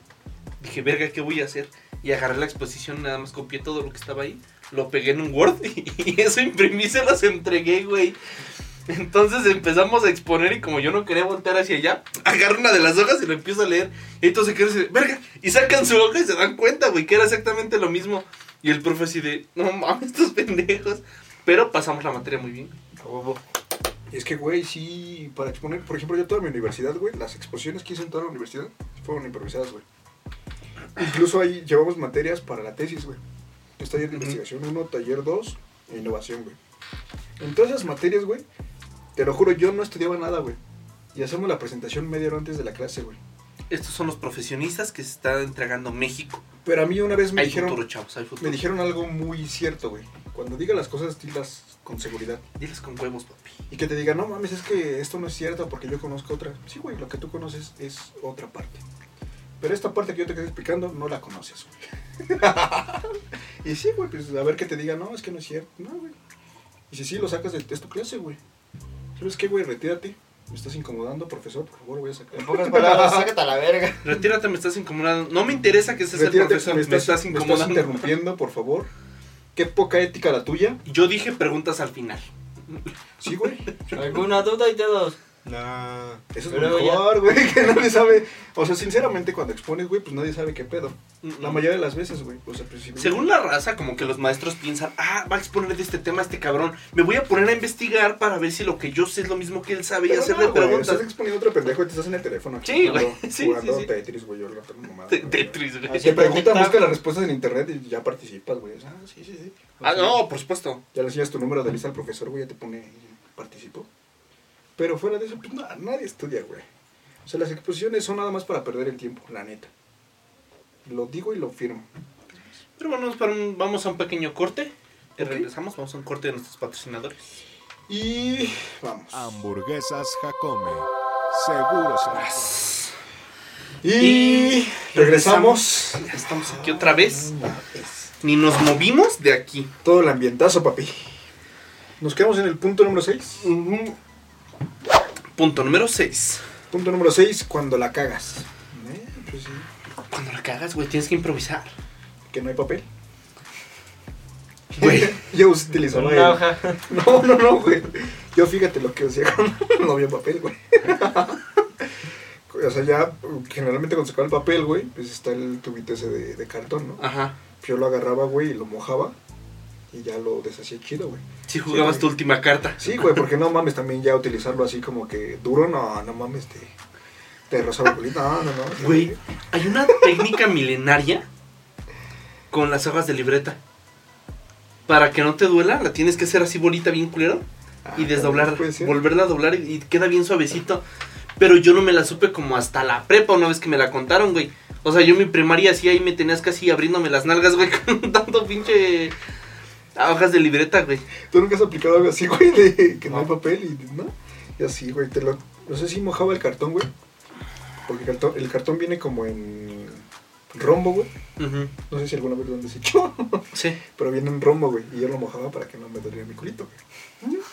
dije, verga, ¿qué voy a hacer? Y agarré la exposición, nada más copié todo lo que estaba ahí, lo pegué en un Word y, y eso imprimí, se los entregué, güey. Entonces empezamos a exponer y como yo no quería voltear hacia allá, agarro una de las hojas y lo empiezo a leer. Y entonces quiero decir, verga, y sacan su hoja y se dan cuenta, güey, que era exactamente lo mismo. Y el profe así de, no mames, estos pendejos. Pero pasamos la materia muy bien.
A huevo.
Y es que, güey, sí, para exponer, por ejemplo, yo toda mi universidad, güey, las exposiciones que hice en toda la universidad fueron improvisadas, güey. Incluso ahí llevamos materias para la tesis, güey. Es taller de
Ujú.
investigación 1, taller 2 e innovación, güey. En todas esas materias, güey, te lo juro, yo no estudiaba nada, güey. Y hacemos la presentación media hora antes de la clase, güey.
Estos son los profesionistas que se está entregando México.
Pero a mí una vez me
hay
dijeron,
futuro, chavos, hay futuro.
me dijeron algo muy cierto, güey. Cuando diga las cosas, dilas con seguridad.
Diles con huevos, papi.
Y que te diga, no mames, es que esto no es cierto porque yo conozco otra. Sí, güey, lo que tú conoces es otra parte. Pero esta parte que yo te estoy explicando no la conoces, güey. y sí, güey, pues a ver que te diga, no, es que no es cierto. No, güey. Y si sí, lo sacas de, de tu clase, güey. ¿Sabes qué, güey? Retírate. Me estás incomodando, profesor, por favor, voy a sacar.
En pocas palabras, sácate a la verga.
Retírate, me estás incomodando. No me interesa que seas el
Retírate,
profesor,
me, estás, me estás
incomodando.
interrumpiendo, por favor. Qué poca ética la tuya.
Yo dije preguntas al final.
Sí, güey.
¿Alguna duda y todos? No.
Eso es lo mejor, güey, que nadie sabe. O sea, sinceramente, cuando expones, güey, pues nadie sabe qué pedo. La mayoría de las veces, güey. O sea, pues, si-
Según la raza, como que los maestros piensan, ah, va a exponer de este tema este cabrón. Me voy a poner a investigar para ver si lo que yo sé es lo mismo que él sabe y
Pero
hacerle
no, güey,
preguntas.
Estás exponiendo otro pendejo y te estás en el teléfono. aquí
Sí,
jugando-
güey, sí,
Jugando
sí, sí.
Tetris, güey. Yo lo tengo mamada,
Te-
güey.
Tetris, güey.
Y
Así
te pregunta,
perfecta.
busca las respuestas en internet y ya participas, güey. Ah, sí, sí, sí.
Ah, no, por supuesto.
Ya le enseñas tu número de lista al profesor, güey, ya te pone, ahí, participo. Pero fuera de eso, pues na- nadie estudia, güey. O sea, las exposiciones son nada más para perder el tiempo, la neta. Lo digo y lo firmo.
Pero bueno, para un- vamos a un pequeño corte. Y
Ok.
regresamos, vamos a un corte de nuestros patrocinadores.
Y vamos.
Hamburguesas Jacome. Seguros.
Y,
Y
regresamos.
Ya estamos aquí otra vez. Ni nos movimos de aquí.
Todo el ambientazo, papi. Nos quedamos en el punto número 6.
Punto número 6.
Punto número 6, cuando la cagas. ¿Eh? Pues sí.
Cuando la cagas, güey, tienes que improvisar.
Que no hay papel.
Güey.
Yo utilizaba
Una
el-
hoja.
No, no, no, güey. Yo fíjate lo que hacía con no había papel, güey. O sea, ya generalmente cuando sacaba el papel, güey, pues está el tubito ese de, de cartón, ¿no?
Ajá.
Yo lo agarraba, güey, y lo mojaba y ya lo deshacía chido, güey.
Si jugabas
Sí,
tu
güey.
última carta.
Sí, güey, porque no mames también ya utilizarlo así como que duro, no, no mames, te, te rozaba el culito, no, no, no.
Güey, hay una técnica milenaria con las hojas de libreta. Para que no te duela, la tienes que hacer así bolita bien culero
Ah,
y desdoblarla.
puede ser.
Volverla a doblar y, y queda bien suavecito. Pero yo no me la supe como hasta la prepa una vez que me la contaron, güey. O sea, yo en mi primaria así ahí me tenías casi abriéndome las nalgas, güey, con tanto pinche hojas de libreta, güey.
¿Tú nunca has aplicado algo así, güey, de que no, hay
No.
papel y no? Y así, güey, te lo... No sé si mojaba el cartón, güey. Porque el cartón, el cartón viene como en rombo, güey.
Ujú,
No sé si alguna vez lo han deshecho,
Sí.
pero viene en rombo, güey. Y yo lo mojaba para que no me doliera mi culito, güey.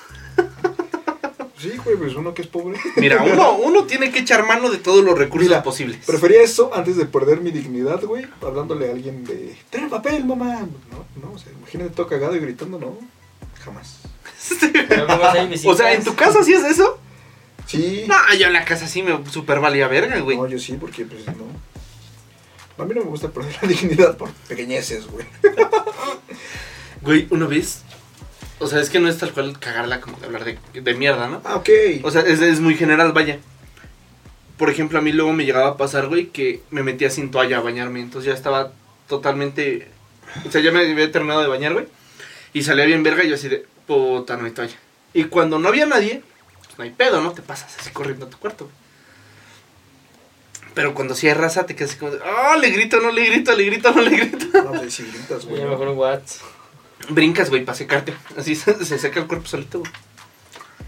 Sí, güey, pues uno que es pobre.
Mira, uno, uno tiene que echar mano de todos los recursos
Mira,
posibles.
Prefería eso antes de perder mi dignidad, güey, hablándole a alguien de... ¡Trae papel, mamá! No, no, o sea, imagínate todo cagado y gritando, no, jamás.
Pero luego ahí mis
o sea, ¿en
hijas.
tu casa sí es eso?
Sí.
No, yo en la casa sí me super valía verga, güey.
No, yo sí, porque pues no. A mí no me gusta perder la dignidad por pequeñeces, güey.
Güey, una vez. O sea, es que no es tal cual cagarla como de hablar de, de mierda, ¿no?
Ah, ok.
O sea, es, es muy general, vaya. Por ejemplo, a mí luego me llegaba a pasar, güey, que me metía sin toalla a bañarme. Entonces ya estaba totalmente. O sea, ya me había terminado de bañar, güey. Y salía bien verga y yo así de, puta, no hay toalla. Y cuando no había nadie, pues no hay pedo, ¿no? Te pasas así corriendo a tu cuarto, güey. Pero cuando sí hay raza, te quedas así como de, ah, le grito, no le grito, le grito, no le grito.
no, pues, sí, gritas,
Y
güey.
a lo mejor un WhatsApp.
Brincas, güey, para secarte. Así se, se seca el cuerpo solito, güey.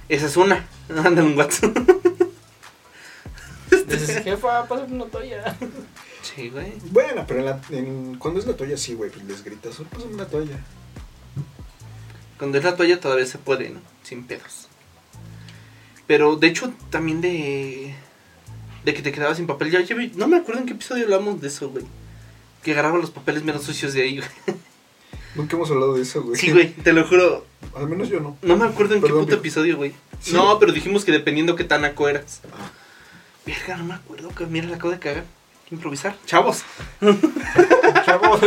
Esa es una. Ándale un WhatsApp.
Dices, jefa, pásame una toalla.
Sí, güey.
Bueno, pero en la, en- cuando es la toalla, sí, güey, pues les gritas, "Oh, pásame una toalla.
Cuando es la toalla todavía se puede, ¿no? Sin pedos. Pero de hecho, también de. De que te quedabas sin papel. Ya, ya vi- no me acuerdo en qué episodio hablamos de eso, güey. Que agarraba los papeles menos sucios de ahí, güey.
Nunca hemos hablado de eso, güey.
Sí, güey, te lo juro.
Al menos yo no.
No me acuerdo en
Perdón,
qué puto
viejo.
episodio, güey.
Sí.
No, pero dijimos que dependiendo qué tan naco eras.
Ah.
Verga, no me acuerdo. Que mira, la acabo de cagar. Improvisar. Chavos.
Chavos.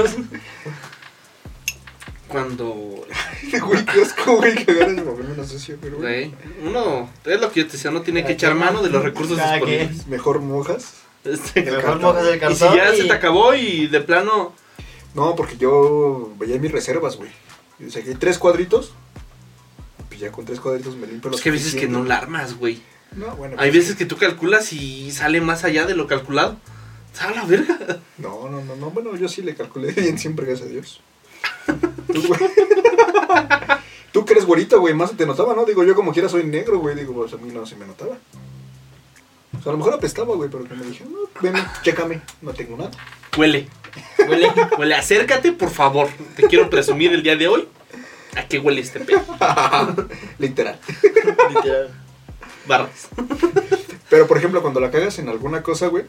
Cuando
Güey, qué asco, güey, que agarras el papel menos sucio, pero güey.
Güey, uno, es lo que yo te decía, uno tiene que
Cada
echar
quien.
mano de los recursos
Cada
disponibles.
Mejor mojas.
Este,
Mejor mojas el
y si
cartón.
ya
y-
se te acabó y de plano,
No, porque yo veía mis reservas, güey. O sea, que hay tres cuadritos. Pues ya con tres cuadritos me limpio los
pues que hay veces que no la armas, güey.
No, bueno.
Hay
pues,
veces que tú calculas y sale más allá de lo calculado. ¡A la verga!
No, no, no, no. Bueno, yo sí le calculé bien siempre, gracias a Dios. Tú, güey. Tú que eres güerito, güey, más se te notaba, ¿no? Digo, yo como quiera soy negro, güey. Digo, pues a mí no se me notaba. O sea, a lo mejor apestaba, güey, pero que me dije, no, ven, chécame, no tengo nada.
Huele,
Huele.
huele, acércate, por favor. Te quiero presumir el día de hoy a qué huele este pedo.
Literal.
Literal.
Barras.
Pero por ejemplo, cuando la cagas en alguna cosa, güey.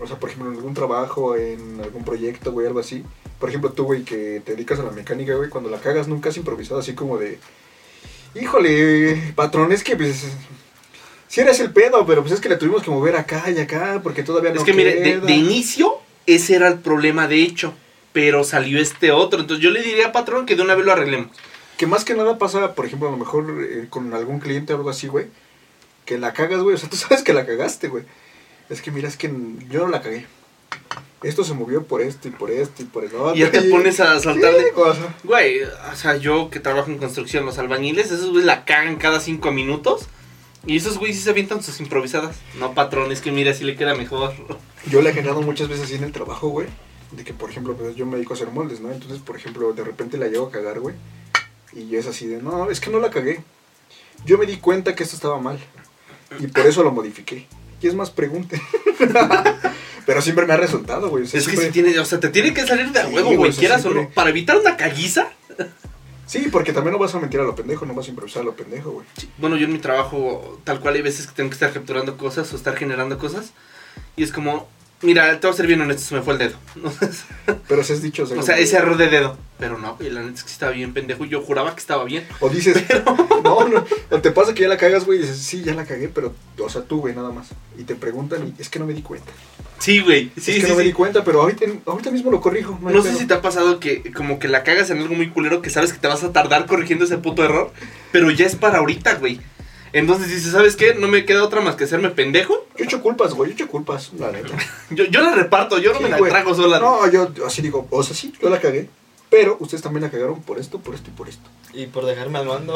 O sea, por ejemplo, en algún trabajo, en algún proyecto, güey, algo así. Por ejemplo, tú, güey, que te dedicas a la mecánica, güey, cuando la cagas nunca has improvisado así como de. Híjole, patrón, es que pues. Si eres el pedo, pero pues es que le tuvimos que mover acá y acá porque todavía no
es que mire, de,
queda".
de inicio ese era el problema de hecho, pero salió este otro. Entonces yo le diría a patrón que de una vez lo arreglemos.
Que más que nada pasa, por ejemplo, a lo mejor eh, con algún cliente o algo así, güey. Que la cagas, güey. O sea, tú sabes que la cagaste, güey. Es que mira, es que n- yo no la cagué. Esto se movió por esto y por esto y por el otro.
Y ya te pones a saltar de-
Sí, o sea,
Güey, o sea, yo que trabajo en construcción, los albañiles, esos güeyes la cagan cada cinco minutos. Y esos güeyes sí se avientan sus improvisadas. No, patrón, es que mira, si le queda mejor.
Yo la he generado muchas veces así en el trabajo, güey. De que, por ejemplo, pues, yo me dedico a hacer moldes, ¿no? Entonces, por ejemplo, de repente la llego a cagar, güey. Y es así de, no, es que no la cagué. Yo me di cuenta que esto estaba mal. Y por eso lo modifiqué. Y es más, pregunte. Pero siempre me ha resultado, güey. O sea,
es que
siempre-
si tiene, o sea, te tiene que salir de a
Sí,
huevo,
güey,
güey,
o sea,
quieras o
siempre-
no. Para evitar una caguiza.
Sí, porque también no vas a mentir a lo pendejo, no vas a improvisar a lo pendejo, güey.
Bueno, yo en mi trabajo, tal cual, hay veces que tengo que estar capturando cosas o estar generando cosas. Y es como, mira, te voy a ser bien honesto, se me fue el dedo.
Pero si has dicho,
O sea,
como-
ese error de dedo. Pero no, güey, la neta es que estaba bien pendejo. y Yo juraba que estaba bien.
O dices, no, no, o te pasa que ya la cagas, güey, y dices, sí, ya la cagué, pero, o sea, tú, güey, nada más. Y te preguntan, y es que no me di cuenta.
Sí, güey. Sí,
es que
sí,
no me
sí.
di cuenta, pero ahorita, ahorita mismo lo corrijo. No, hay
No sé
pedo.
si te ha pasado que como que la cagas en algo muy culero que sabes que te vas a tardar corrigiendo ese puto error, pero ya es para ahorita, güey. Entonces dices, ¿sabes qué? No me queda otra más que hacerme pendejo.
Yo echo culpas, güey, yo echo culpas, la neta.
Yo, yo la reparto, yo no
Sí,
me la
güey.
trago sola.
No, yo yo así digo, o sea, sí, yo la cagué, pero ustedes también la cagaron por esto, por esto y por esto.
Y por dejarme al mando.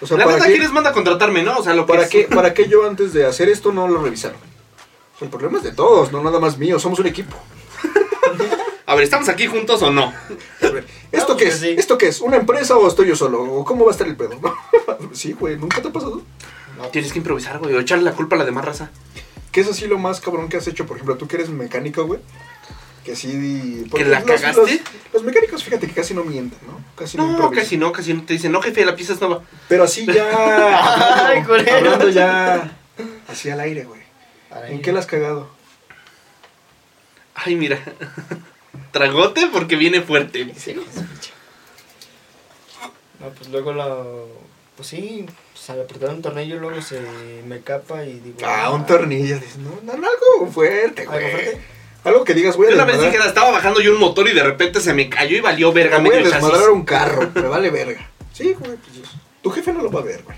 O sea,
la
¿para
neta,
qué,
¿quiénes manda a contratarme, no? O sea, lo que
¿para,
es-
qué, ¿para qué yo antes de hacer esto no lo revisaron? O sea, el problema es de todos, no nada más mío, somos un equipo.
A ver, ¿estamos aquí juntos o no?
A ver, ¿esto
No,
qué
pues
es?
sí.
¿Esto qué es? ¿Una empresa o estoy yo solo? ¿O cómo va a estar el pedo? sí, güey, ¿nunca te ha pasado?
No,
Tienes que improvisar, güey, o echarle la culpa a la demás raza.
¿Qué es así lo más cabrón que has hecho? Por ejemplo, tú que eres mecánico, güey. Que sí.
¿Que la cagaste?
Los, los mecánicos, fíjate que casi no mienten, ¿no? Casi no,
No,
improvisan.
casi no, casi no. Te dicen, no, jefe, la pieza es nueva.
Pero así ya.
Ay,
hablando,
culero.
hablando ya. Así al aire, güey.
para
¿En
ir.
qué la has cagado?
Ay, mira. Tragote porque viene fuerte. dice.
No, pues luego la. Pues sí, pues al apretar un tornillo luego se me capa y digo.
Ah, un tornillo. dices, No, no, no, algo fuerte,
¿Algo
güey.
fuerte?
Algo que digas, güey.
Yo una vez dije,
desmadrar-
la estaba bajando yo un motor y de repente se me cayó y valió verga
voy a
medio chasis.
desmadrar un carro. Me vale verga. Sí, güey. pues, tu jefe no lo va a ver, güey.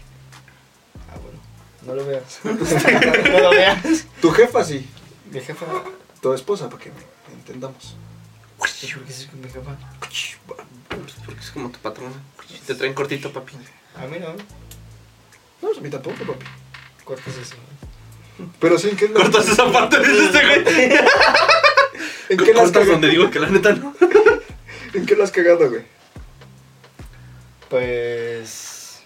Ah, bueno. No lo veas. no lo veas.
Tu jefa sí.
Mi jefa.
Tu esposa, para que entendamos.
Yo creo que sí es con mi jefa.
Pues porque es como tu patrona. Te traen cortito, papi.
A mí no.
No, pues a mí tampoco, papi.
Cortas eso.
Pero sí, ¿en qué,
Cortas esa parte de este güey.
¿en qué la
Cortas
has cagado?
donde digo que la neta no.
¿En qué la has cagado, güey?
Pues.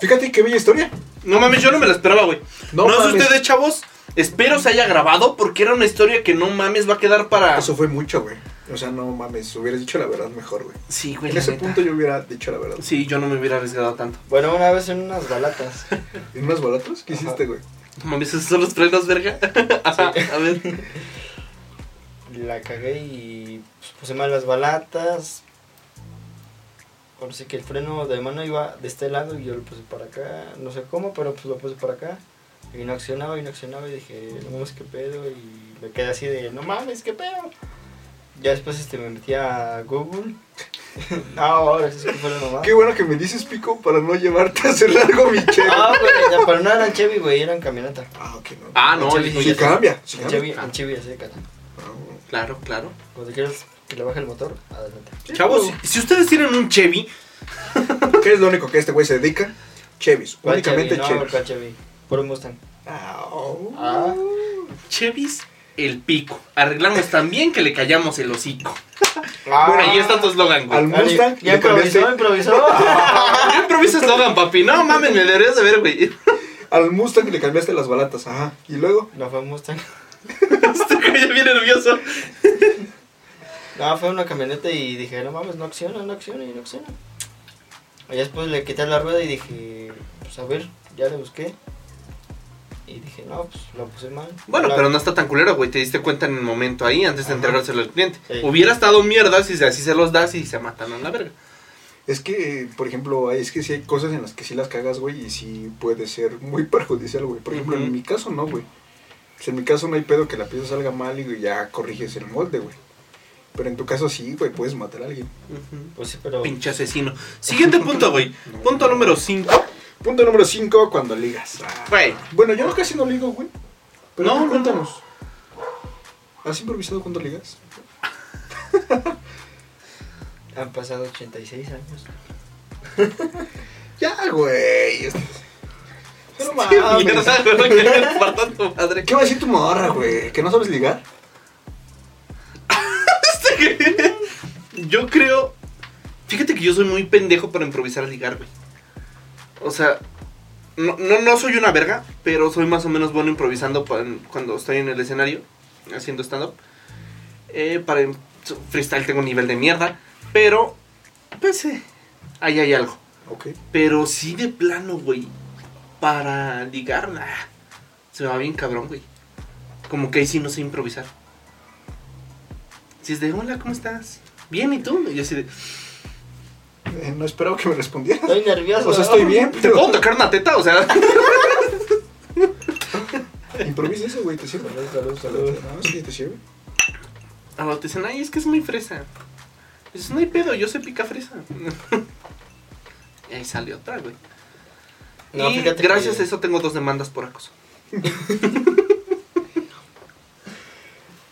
Fíjate qué bella historia.
No mames, yo no me la esperaba, güey.
No
No, sé
mames.
ustedes, chavos. Espero se haya grabado porque era una historia que no mames va a quedar para.
Eso fue mucho, güey. O sea, no mames, hubieras dicho la verdad mejor, güey.
Sí, güey,
En
la
ese
neta.
punto yo hubiera dicho la verdad.
Sí, yo no me hubiera arriesgado tanto.
Bueno, una vez en unas balatas.
¿En unas balatas? ¿Qué
Ajá.
hiciste, güey?
No mames, esos son los frenos, verga. Ajá, a ver.
La cagué y pues, puse mal las balatas. Ahora sí que el freno de mano iba de este lado y yo lo puse para acá. No sé cómo, pero pues lo puse para acá. Y no accionaba y no accionaba y dije, no mames, qué pedo. Y me quedé así de, no mames, qué pedo. Ya después este, me metí a Google. no, ahora sí que fue la mamá.
Qué bueno que me dices, Pico, para no llevarte a hacer largo mi cheve.
No, Ah, güey, pero no eran Chevy, güey, eran camioneta.
Ah, ok, no.
Ah, no,
Sí,
dijo
sí
ya.
cambia, sí
En
cambia.
Chevy, en Chevy, así de cara.
Ah, bueno.
Claro, claro.
Cuando quieras que le baje el motor, adelante.
Chavos, si- si ustedes tienen un Chevy,
¿Qué es lo único que este güey se dedica? Chevys,
¿Cuál
únicamente
Chevy? No,
Chevys.
¿cuál Chevy? Puro Mustang.
Ah, oh.
Ah.
Chevis el pico. Arreglamos también que le callamos el hocico.
Ah.
Bueno, ahí está tu eslogan, güey.
Al Mustang
Ya
le cambiaste-
improvisó, improvisó.
Yo improviso eslogan, papi. No mames, me deberías de ver, güey.
Al Mustang le cambiaste las balatas, ajá. Y luego,
Este
No fue Mustang.
Estoy ya bien nervioso.
No, fue una camioneta y dije, no mames, no acciona, no acciona y no acciona. Y después le quité la rueda y dije, pues a ver, ya le busqué. Y dije, no, pues la puse mal.
Bueno,
La-
pero no está tan culero, güey. Te diste cuenta en el momento ahí, antes de
Ajá.
entregárselo al cliente.
Sí.
Hubiera estado mierda si se- así se los das y se matan a la verga.
Es que, por ejemplo, es que sí hay cosas en las que sí las cagas, güey, y sí puede ser muy perjudicial, güey. Por ejemplo,
Ujú.
en mi caso no, güey. Pues en mi caso no hay pedo que la pieza salga mal y güey, ya corriges el molde, güey. Pero en tu caso sí, güey, puedes matar a alguien.
Pues sí, pero.
Pinche asesino. Siguiente punto, güey. Punto número 5.
Punto número 5, cuando ligas. Ah.
Güey.
Bueno, yo no casi no ligo, güey. Pero
No,
no,
no, no.
cuéntanos. ¿Has improvisado cuando ligas?
Han pasado 86 años.
Ya, güey. No
Ah,
Qué
mames.
mierda, güey. Que le partan tu madre.
¿Qué va a decir tu morra, güey? ¿Que no sabes ligar?
Este, Yo creo. Fíjate que yo soy muy pendejo para improvisar a ligar, güey. O sea, no, no, no soy una verga, pero soy más o menos bueno improvisando pa- cuando estoy en el escenario, haciendo stand-up. Eh, para im- freestyle tengo un nivel de mierda, pero. Pues, eh, ahí hay algo.
Ok.
Pero sí de plano, güey. Para ligar, nah. Se me va bien cabrón, güey. Como que ahí sí no sé improvisar. Si es de, hola, ¿cómo estás? Bien, ¿y tú? Y yo así de,
Eh, no esperaba que me respondieras.
Estoy nervioso.
O sea, estoy bien,
¿te
pero...
puedo tocar una teta? O sea,
Improvisa eso, güey, te sirve.
Salud, salud, salud.
No, sí, te sirve.
a lo te dicen, ay, es que es muy fresa. Dices, no hay pedo, yo sé pica fresa. y ahí sale otra, güey.
No,
y
fíjate
gracias
que-
a eso tengo dos demandas por acoso.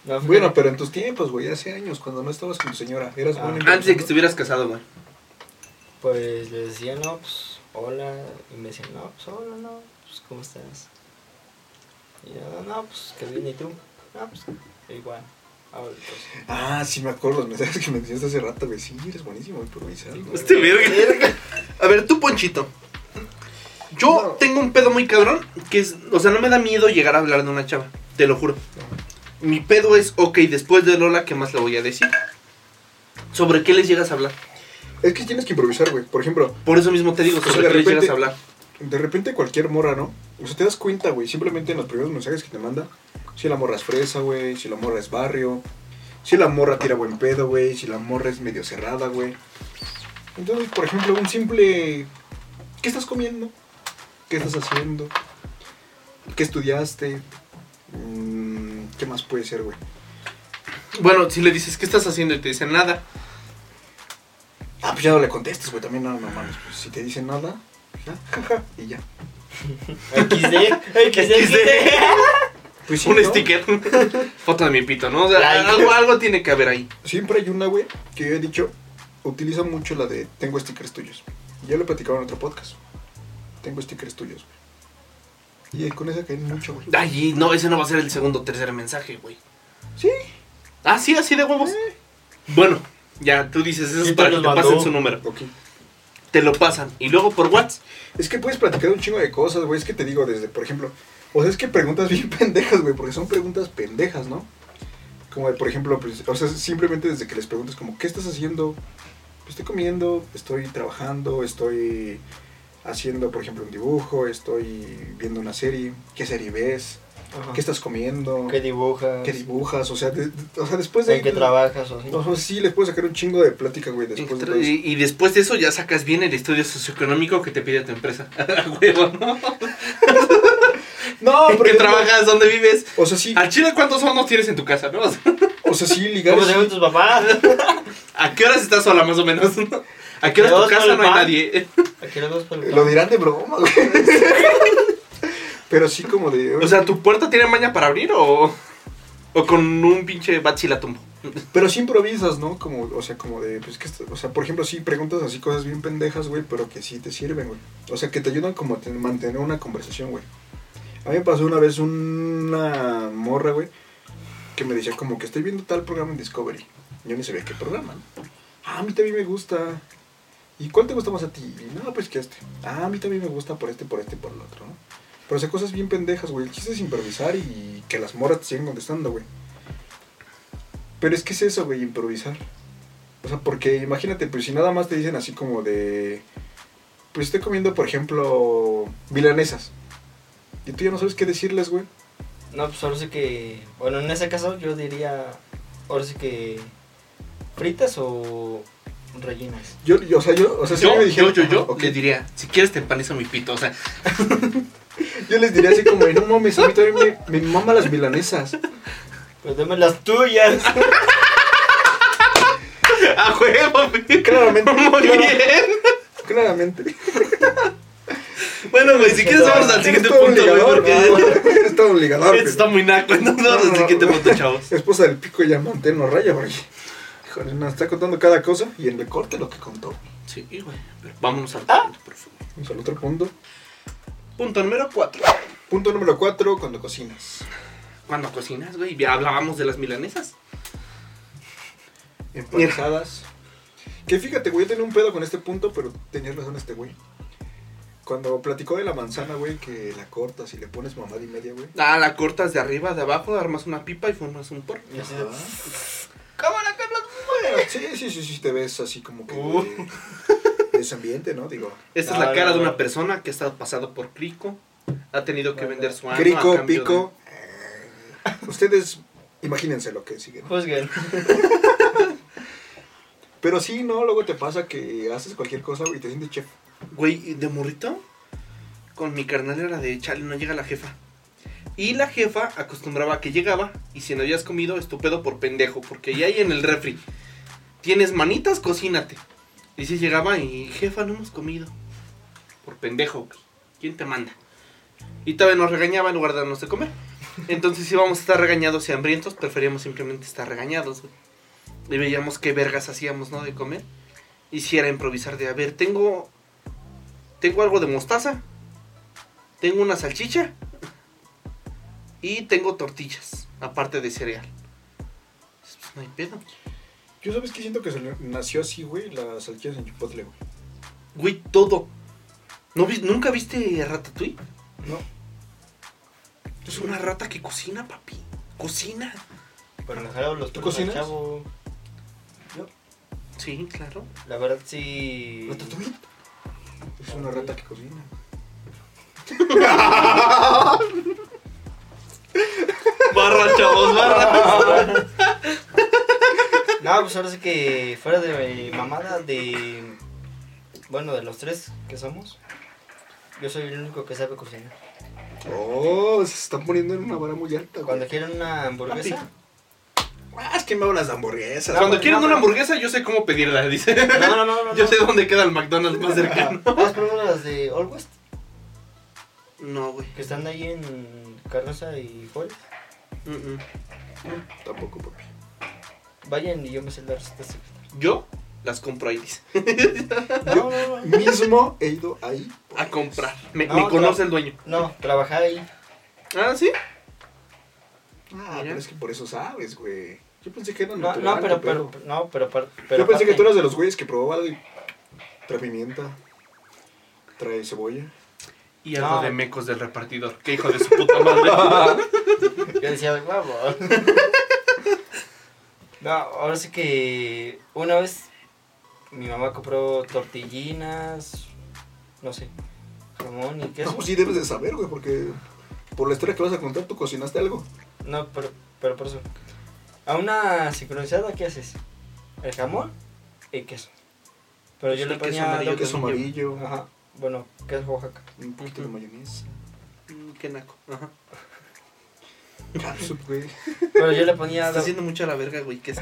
No, fíjate-
Bueno, pero en tus tiempos, güey, hace años, cuando no estabas con tu señora, eras
Ah.
bueno en
Antes de que
persona.
estuvieras casado, güey.
Pues le decía, no, pues, hola. Y me decían, no, pues, hola, no, pues, ¿cómo estás? Y yo, no, pues, que bien, ¿y tú? No, pues, igual. Ah, bueno, pues.
Ah, sí, me acuerdo los mensajes que me enseñaste hace rato, güey. Sí, eres buenísimo improvisando. güey.
Este verga. A ver, tú, Ponchito. Yo
No.
tengo un pedo muy cabrón que es, o sea, no me da miedo llegar a hablar de una chava, te lo juro. Mi pedo es, ok, después de Lola, ¿qué más le voy a decir? ¿Sobre qué les llegas a hablar?
Es que tienes que improvisar, güey. Por ejemplo,
Por eso mismo te digo,
sea,
¿sobre
de
qué les
repente-
llegas a hablar?
de repente cualquier morra, ¿no? O sea, te das cuenta, güey, simplemente en los primeros mensajes que te manda, si la morra es fresa, güey, si la morra es barrio, si la morra tira buen pedo, güey, si la morra es medio cerrada, güey. Entonces, por ejemplo, un simple... ¿Qué estás comiendo? ¿Qué estás haciendo? ¿Qué estudiaste? Mm, ¿Qué más puede ser, güey?
Bueno, si le dices, ¿qué estás haciendo? Y te dicen nada.
Ah, pues ya no le contestes, güey, también no, no mames, pues si te dicen nada, ya, jaja, y ya.
XD, XD, XD.
Pues sí,
un
¿no?
sticker. Foto de mi pito, ¿no? O sea,
Ay,
algo, algo tiene que haber ahí.
Siempre hay una, güey, que yo he dicho, utiliza mucho la de tengo stickers tuyos. Ya lo he platicado en otro podcast. Tengo stickers tuyos, güey. Y con esa caen mucho, güey.
Ay, no, ese no va a ser el segundo o tercer mensaje, güey.
Sí.
Ah, sí, así de huevos.
Eh.
Bueno, ya tú dices, eso es
Sí, te
para que
los
te
mandó.
pasen su número.
Ok.
Te lo pasan. Y luego por WhatsApp.
Es que puedes platicar un chingo de cosas, güey. Es que te digo desde, por ejemplo, o sea, es que preguntas bien pendejas, güey, porque son preguntas pendejas, ¿no? Como de, por ejemplo, pues, o sea, simplemente desde que les preguntas como, ¿qué estás haciendo? Pues, Estoy comiendo, estoy trabajando, estoy haciendo, por ejemplo, un dibujo, estoy viendo una serie, ¿qué serie ves?
Ajá.
¿Qué estás comiendo?
Ah. ¿Qué
¿Qué,
dibujas?
dibujas? O sea, de- de- o sea, después de...
¿En qué trabajas o así?
O sea, sí, les puedo sacar un chingo de plática, güey, después de todo eso.
Y, y después de eso ya sacas bien el estudio socioeconómico que te pide tu empresa. Huevo, ¿no?
No,
¿En
pero
qué
yo-
trabajas? Ah. ¿Dónde vives?
O sea, sí,
¿Al chile cuántos hornos tienes en tu casa? ¿no? O sea,
o sea, sí, ligar...
¿Cómo
es-
se ven tus papás?
¿A qué horas estás sola más o menos? ¿A qué horas tu
Dos
casa
con
no hay
pan.
nadie?
Aquí los dos por el
Lo dirán de broma, güey. Pero sí como de...
O sea, ¿tu puerta tiene maña para abrir o, o con un pinche bachilatumbo?
pero sí improvisas, ¿no? Como, o sea, como de... Pues, que, esto- o sea, por ejemplo, sí preguntas así cosas bien pendejas, güey, pero que sí te sirven, güey. O sea, que te ayudan como a ten- mantener una conversación, güey. A mí me pasó una vez una morra, güey, que me decía como que estoy viendo tal programa en Discovery. Yo ni sabía qué programa, ¿no? Ah, a mí también me gusta. ¿Y cuál te gusta más a ti? Y, no, pues que este. Ah, a mí también me gusta por este, por este, por el otro, ¿no? Pero o sea, cosas bien pendejas, güey. El chiste es improvisar y que las moras te sigan contestando, güey. Pero es que es eso, güey, improvisar. O sea, porque imagínate, pues si nada más te dicen así como de. Pues estoy comiendo, por ejemplo, milanesas. Y tú ya no sabes qué decirles, güey.
No, pues ahora sí que. Bueno, en ese caso yo diría. Ahora sí que. Fritas o rellenas.
Yo, yo- o sea, yo, o sea, si a mí
yo,
me dijeron,
yo, yo, yo
"Ah, ok".
les diría, si quieres te empanizo mi pito, o sea,
Yo les diría así como, de, no mames, a mí también me, me mama las milanesas.
Pues deme las tuyas.
a huevo, güey.
Claramente,
Muy
claro.
bien.
Claramente.
Bueno, güey, si quieres vamos al
Eres
siguiente
todo un
punto, güey,
ligador,
porque
¿no? Eres todo un ligador,
esto está
güey.
muy naco, entonces
No,
vamos al
no,
siguiente
no.
punto, chavos.
Esposa del pico ya no raya, güey. Híjole, nos está contando cada cosa y en el corte lo que contó.
Sí, güey, pero vámonos al punto, por favor.
Vamos al otro punto.
Punto número 4.
Punto número 4, cuando cocinas.
Cuando cocinas, güey, ya hablábamos de las milanesas.
Empanizadas. Que fíjate, güey, yo tenía un pedo con este punto, pero tenías razón este güey. Cuando platicó de la manzana, güey, que la cortas y le pones mamada y media, güey.
Ah, la cortas de arriba, de abajo, armas una pipa y formas un porro.
Y así de,
Ajá.
Cámara, Carlos.
Bueno, sí, sí, sí, sí, te ves así como que
Uh.
de, de ese ambiente, ¿no? Digo,
Esta
Ah,
es la cara
no.
de una persona que ha estado pasado por crico, ha tenido que
Ah,
vender
no.
su ano. a
crico,
cambio de-
pico. eh, Ustedes imagínense lo que sigue. ¿no?
Juzguen.
Pero sí, no, luego te pasa que haces cualquier cosa güey, y te sientes chef.
Güey, ¿y de morrito, con mi carnal era de chale, no llega la jefa. Y la jefa acostumbraba a que llegaba y si no habías comido, estúpido por pendejo, porque ya hay en el refri. Tienes manitas, cocínate. Y si llegaba y jefa, no hemos comido. Por pendejo, güey. ¿quién te manda? Y todavía nos regañaba en lugar de darnos de comer. Entonces íbamos a estar regañados y hambrientos, preferíamos simplemente estar regañados, güey. Y veíamos qué vergas hacíamos, ¿no? De comer. Y si era improvisar de, a ver, tengo tengo algo de mostaza. Tengo una salchicha. Y tengo tortillas. Aparte de cereal. Pues, no hay pedo.
Yo sabes que siento que se le- nació así, güey, las salchichas en Chipotle, güey.
Güey, todo. ¿No vi- ¿Nunca viste a Ratatouille?
No.
Es una rata que cocina, papi. Cocina.
Pero los jalo los
¿Tú
pelos al
cocinas?
chavo.
Sí, claro.
La verdad sí.
Ratatouille. Es una rata que cocina.
Barra, chavos, barra.
No, pues ahora sí que fuera de mamada de. Bueno, de los tres que somos, yo soy el único que sabe cocinar.
Oh, se están poniendo en una vara muy alta, güey.
Cuando quieren una hamburguesa,
Ah, es que me hablas de hamburguesas.
Cuando
güey.
quieren una hamburguesa, yo sé cómo pedirla, dice.
no, no, no, no.
Yo sé dónde queda el McDonald's más cercano.
no. ¿Has probado las de Old West?
No, güey.
Que están ahí en Carroza y Juárez.
Mm, mm.
Tampoco, papi.
Vayan y yo me sé la receta secreta.
Yo las compro ahí, dice.
No, no, no.
Mismo he ido ahí.
A comprar. Me,
No,
me
no.
conoce el dueño.
No, trabajar ahí.
Ah, sí.
Ah,
Mira.
pero es que por eso sabes, güey. Yo pensé que era
No,
natural.
no, pero,
tu pedo.
pero, no, pero, par- pero
Yo pensé que
aparte-
tú eras de los güeyes que probaba algo y trae pimienta, trae cebolla.
Y algo
No.
de mecos del repartidor. Qué hijo de su puta madre.
Yo decía, vamos. No, ahora sí que una vez mi mamá compró tortillinas, no sé, jamón y queso.
No, pues sí debes de saber, güey, porque por la historia que vas a contar, tú cocinaste algo.
No, pero, pero por eso. A una sincronizada, ¿qué haces? El jamón y queso. Pero Ah, yo
Sí,
le
queso
ponía
amarillo,
lo que-
Queso amarillo,
Ajá, bueno, queso Oaxaca.
un poquito de mayonesa.
Mm, Qué naco. Ajá.
Catsup, güey.
Pero yo le ponía,
Está
do-
haciendo mucho a la verga, güey. ¿Qué es?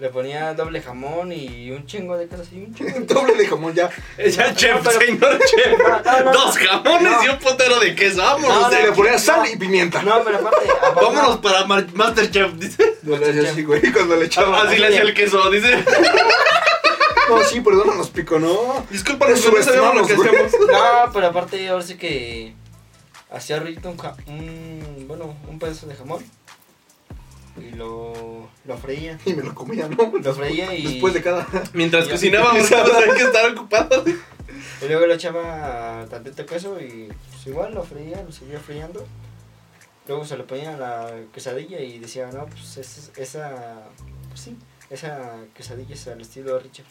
le ponía doble jamón y un chingo de queso y un chingo de
Doble de jamón ya.
Ya, chef,
pero-
señor chef.
No, Ah, no, no.
Dos jamones
No.
y un potero de queso. Vámonos.
No, no,
de
Se le
aquí.
ponía sal y pimienta.
Ah, No, pero aparte, aparte
Vámonos para Mar- Masterchef, dice.
No le hacía así, güey, cuando
Ah,
le echaba.
Así le hacía el queso, dice.
No, sí, perdón, nos picó, ¿no?
Disculpa, no sabíamos lo
Subestimamos,
que
güey.
hacíamos.
No, pero aparte ahora sí que hacía rico un, ja- un- bueno, un pedazo de jamón y lo, lo freía.
Y me lo comía, ¿no?
Lo freía y,
Después de cada.
Mientras
Ya.
cocinábamos, hay que estar ocupados.
y luego lo echaba tantito queso y pues, igual lo freía, lo seguía friando Luego se le ponían a la quesadilla y decían, no, pues es- esa, pues sí, esa quesadilla es al estilo de Richard.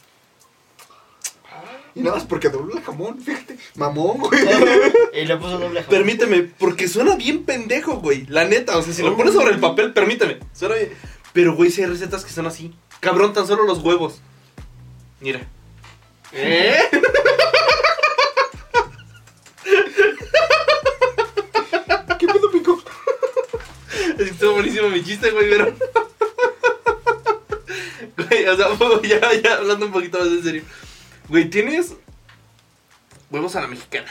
Ah.
Y nada más porque dobló el jamón, fíjate. Mamón, güey.
y le puso doble jamón.
Permíteme, porque suena bien pendejo, güey. La neta, o sea, si lo pones sobre el papel, permíteme. Suena bien. Pero, güey, si hay recetas que son así. Cabrón, tan solo los huevos. Mira. ¿Eh?
¿Qué pedo, pico?
Estuvo buenísimo mi chiste, güey, pero. Güey, o sea, poco- ya, ya hablando un poquito más en serio. Güey, tienes huevos a la mexicana.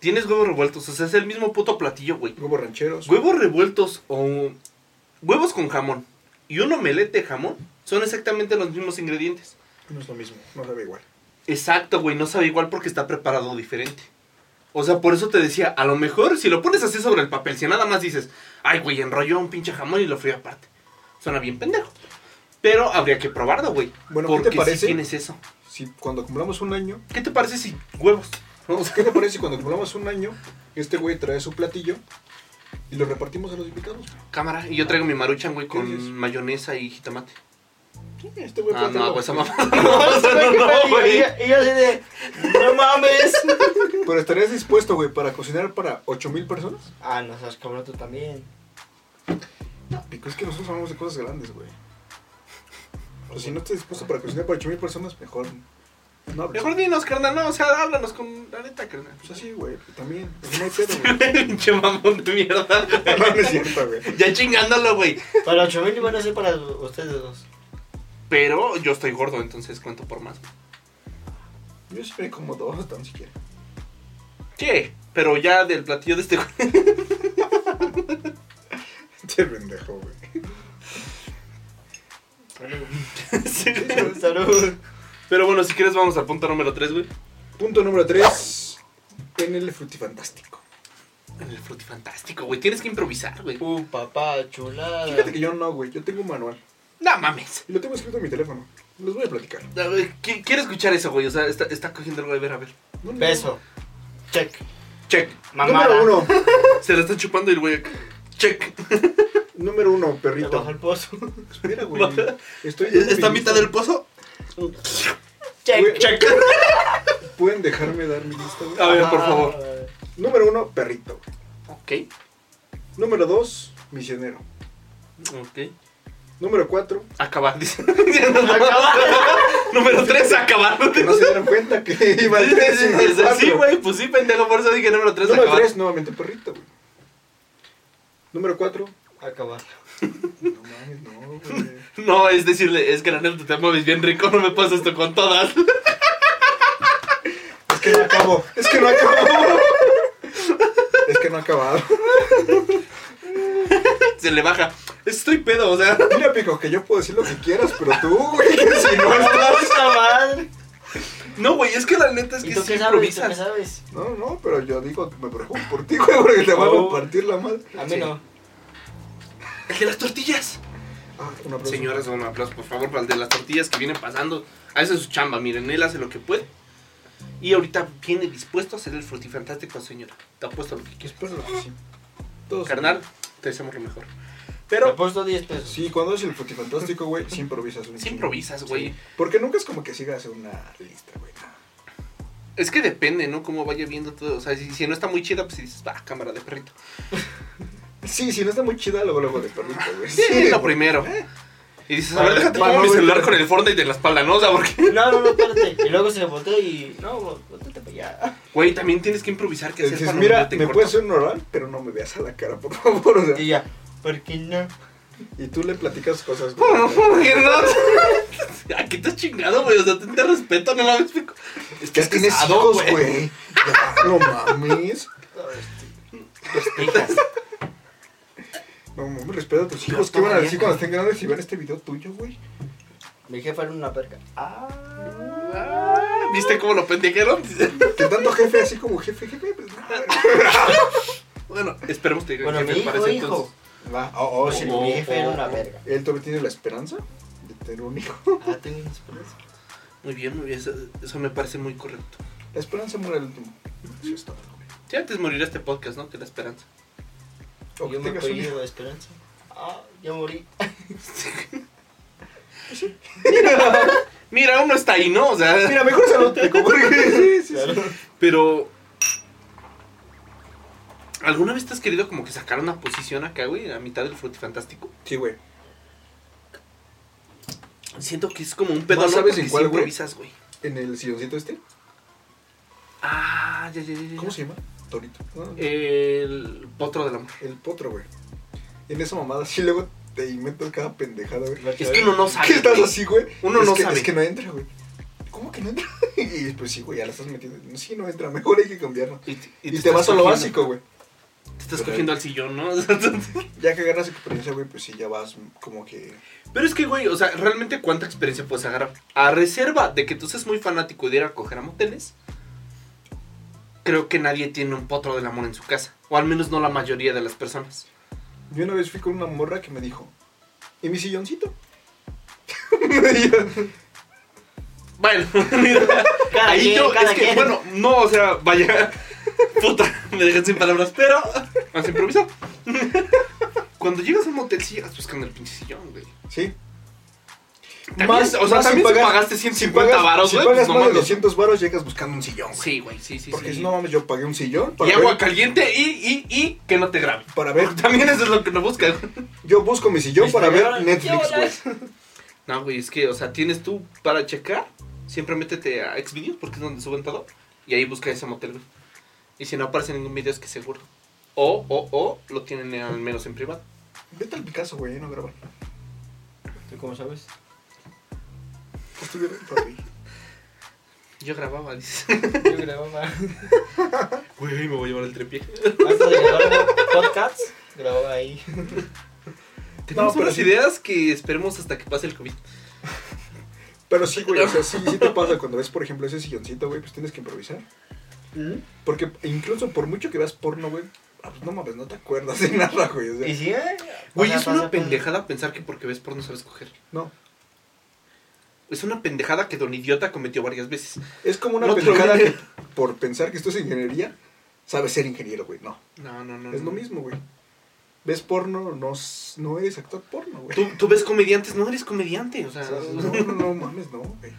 Tienes huevos revueltos, o sea, es el mismo puto platillo, güey.
Huevos rancheros.
Huevos revueltos o huevos con jamón y un omelete de jamón son exactamente los mismos ingredientes.
No es lo mismo, no sabe igual.
Exacto, güey, no sabe igual porque está preparado diferente. O sea, por eso te decía, a lo mejor si lo pones así sobre el papel, si nada más dices, ay, güey, enrolló un pinche jamón y lo frío aparte. Suena bien pendejo. Pero habría que probarlo, güey.
Bueno, ¿qué te
porque
parece?
Si tienes eso.
Si cuando cumplamos un año,
¿Qué te parece si huevos? ¿No? O sea,
¿qué te parece si cuando cumplamos un año, este güey trae su platillo y lo repartimos a los invitados?
cámara, y yo traigo mi maruchan, güey,
¿Qué dices?
con mayonesa y jitomate.
Sí, Este güey
Ah,
puede
no,
hacerlo.
güey,
pues,
esa mamá. No, esa no, no,
Y- y-
güey.
Y yo así de, no mames.
Pero estarías dispuesto, güey, para cocinar para 8000 personas?
Ah, no seas cabrón tú también.
Pico, pues es que nosotros hablamos de cosas grandes, güey. Pues si no estás dispuesto para cocinar para 8000 personas, mejor no hables.
Mejor dinos, carnal, no, o sea, háblanos con la neta, carnal.
Pues así, güey, también. Pues no hay pedo, güey.
Pinche mamón de mierda.
No, no es cierto, güey.
Ya chingándolo, güey.
Para 8000 van a ser para ustedes dos.
Pero yo estoy gordo, entonces cuento por más.
Yo siempre como dos, tan siquiera.
Sí, pero ya del platillo de este güey.
Este pendejo, güey.
Sí, güey.
Salud.
Pero bueno, si quieres vamos al punto número 3, güey.
Punto número 3. En el frutifantástico.
En el frutifantástico, güey. Tienes que improvisar, güey.
Uh, papá, chulada.
Fíjate que yo no, güey. Yo tengo un manual.
No mames.
Y lo tengo escrito en mi teléfono. Les voy a platicar.
A ver, qui- Quiero escuchar eso, güey. O sea, está, está cogiendo algo de ver, a ver.
No, no,
Beso. Check.
Check.
no.
Mamada.
Número uno.
Se la está chupando y el güey. Check.
Número uno,
Te bajó
perrito.
el pozo.
Espera, güey. Estoy
¿Está a mitad del pozo?
Güey,
Check.
¿Pueden dejarme dar mi lista, güey?
A ver, por favor.
Ah,
Número uno, perrito.
Ok.
Número dos, misionero.
Ok.
Número cuatro,
Acabar, dice. Número 3, acabar.
que no se dieron cuenta que iba al tres. y no al cuatro.
Sí, güey, pues sí, pendejo, por eso dije número 3,
Número
acabar.
tres, nuevamente perrito, güey. Número cuatro.
Acabar.
No mames, no, güey.
No, es decirle, es que la neta te mueves bien rico, no me pasa esto con todas.
Es que no acabo. Es que no acabo. Es que no ha acabado.
Se le baja. Estoy pedo, o sea.
Mira, Pico, que yo puedo decir lo que quieras, pero tú, güey, si no estás.
¡Puta madre!
No, güey, es que la neta es
¿Y
que
tú
sí
qué sabes? ¿Tú qué
improvisas.
sabes?
No, no, pero yo digo, me preocupo por ti, güey, porque te van a
Oh.
partir la madre.
A mí
Sí.
no.
El de las tortillas.
Ah, un aplauso.
Señores, un aplauso, por favor, para el de las tortillas que viene pasando. Hace su chamba, miren, él hace lo que puede. Y ahorita viene dispuesto a hacer el frutifantástico, señora. Te apuesto lo que quieras.
Espero que sí. Todos.
Carnal, te deseamos lo mejor.
Pero.
Pero
puesto 10 pesos.
Sí, cuando es el frutifantástico, güey, sí improvisas. un
sí
chingo.
improvisas, güey.
Porque nunca es como que sigas una lista, güey. no.
Es que depende, ¿no? Cómo vaya viendo todo. O sea, si, si no está muy chida, pues si dices, ah, cámara de perrito.
Sí, si no está muy chida, luego luego de perrito, güey. Eh,
Sí, es lo
güey.
primero. Y dices, a
Para
ver,
el
déjate
palo,
pongo mi
güey.
celular con el Fortnite de la espalda, ¿no? O sea, porque...
No, no, no, espérate. Y luego se volteó y. No, volteate para allá.
Güey, también tienes que improvisar qué hacer
Eh, Dices,
para
mira,
meterte en
me
corto.
puedes hacer un oral, pero no me veas a la cara, por favor. O sea,
Y ya. ¿Por qué no?
y tú le platicas cosas. güey.
¿Cómo no? Aquí estás chingado, güey. O sea, te, te respeto, no mames. pico.
Ya
Estás
tienes
casado,
hijos, güey. Ya, No mames.
Hijas.
No mames, respeta a tus hijos.
Pero
¿Qué van a
todavía
decir
no.
cuando estén grandes y vean este video tuyo, güey?
Mi jefa era una perca. Ah.
Ah, ¿Viste cómo lo pendejearon?
Te tanto jefe así como jefe, jefe. Pues,
bueno, esperemos que
Bueno,
que
mi
me
hijo,
parece,
hijo.
va, oh, oh,
Sí,
sí.
Oh,
mi jefe era
oh,
una
oh.
verga.
Él todavía tiene la esperanza de tener un hijo.
Ah, tengo una esperanza.
Muy bien, muy bien. Eso, eso me parece muy correcto.
La esperanza muere al último. Eso es todo, güey.
Si antes morirá este podcast, ¿no? Que la esperanza.
O que
yo me
tengas un hijo.
apellido Esperanza. Ah, ya morí.
Mira, uno está ahí, ¿no? O sea,
Mira, mejor saludteco, porque... sí, sí, sí.
pero... ¿Alguna vez te has querido como que sacar una posición acá, güey, a mitad del frutifantástico?
Sí, güey.
Siento que es como un pedo,
¿Más
¿no?
sabes
Porque
en cuál,
sí
güey?
improvisas, güey.
En el silloncito este.
Ah, ya, ya, ya. ya.
¿Cómo se llama? Torito. No,
El potro del amor.
El potro, güey. En esa mamada, sí, luego te invento cada pendejada, güey.
Es que uno no sabe.
¿Qué estás
güey.
así, güey?
Uno
Es
no
que-
sabe.
Es que no entra, güey. ¿Cómo que no entra? Y pues sí, güey, ya la estás metiendo. No, Sí, no entra. Mejor hay que cambiarlo.
Y, te- y
Y,
te
te,
estás
vas a lo
cogiendo-
básico, güey.
Te estás cogiendo al sillón, ¿no? O sea,
Ya que agarras experiencia, güey, pues sí, ya vas como que...
Pero es que, güey, o sea, realmente cuánta experiencia puedes agarrar. A reserva de que tú seas muy fanático de ir a coger a moteles, creo que nadie tiene un potro del amor en su casa. O al menos no la mayoría de las personas.
Yo una vez fui con una morra que me dijo, ¿y mi silloncito? Y yo,
Bueno, mira,
Cada
ahí
quien,
yo,
cada
es que,
quien.
bueno, no, o sea, vaya, puta, me dejan sin palabras, pero, vamos a improvisar. Cuando llegas a un motel, sí llegas buscando el pinche sillón, güey.
sí.
También, o sea,
si
también si
pagas-
pagaste
si
150
pagas-
varos,
Si
güey,
pagas
pues no
más de
mames.
200 varos, llegas buscando un sillón, güey.
Sí, güey, sí, sí,
Porque
sí.
si no mames, yo pagué un sillón
y
ver-
agua caliente y, y, y que no te grabe.
para ver.
También eso es lo que no buscas.
Yo busco mi sillón para ver Netflix,
Ahora,
güey.
No, güey, es que, o sea, tienes tú para checar, siempre métete a Xvideos porque es donde suben todo. Y ahí busca ese motel, güey. Y si no aparece ningún video es que seguro. O, o, o, lo tienen al menos en privado.
Vete al Picasso, güey, no graban.
¿Tú cómo sabes?
Estuvieron papi.
Yo grababa, dice.
Yo grababa. Antes
Güey, me voy a llevar el trepié.
de grabar podcasts, grababa ahí.
Tenemos
pero
unas
sí.
ideas que esperemos hasta que pase el COVID.
Pero sí, güey, o sea, sí, sí te pasa cuando ves, por ejemplo, ese silloncito, güey, pues tienes que improvisar. Mm. Porque incluso por mucho que veas porno, güey, ah, pues no mames, no te acuerdas de nada, güey. o sea,
¿Y sí, eh?
Güey,
Pasa,
es
pasa,
una
pasa.
pendejada pensar que porque ves porno sabes coger.
no.
Es una pendejada que Don Idiota cometió varias veces.
Es como una
No te lo
pendejada
olvides.
que por pensar que esto es ingeniería, sabes ser ingeniero, güey. No.
No, no, no.
Es
no.
lo mismo, güey. Ves porno, no, s- no eres actor porno, güey.
Tú, tú ves comediantes, no eres comediante. O sea,
O sea, No, no, no mames, no, güey.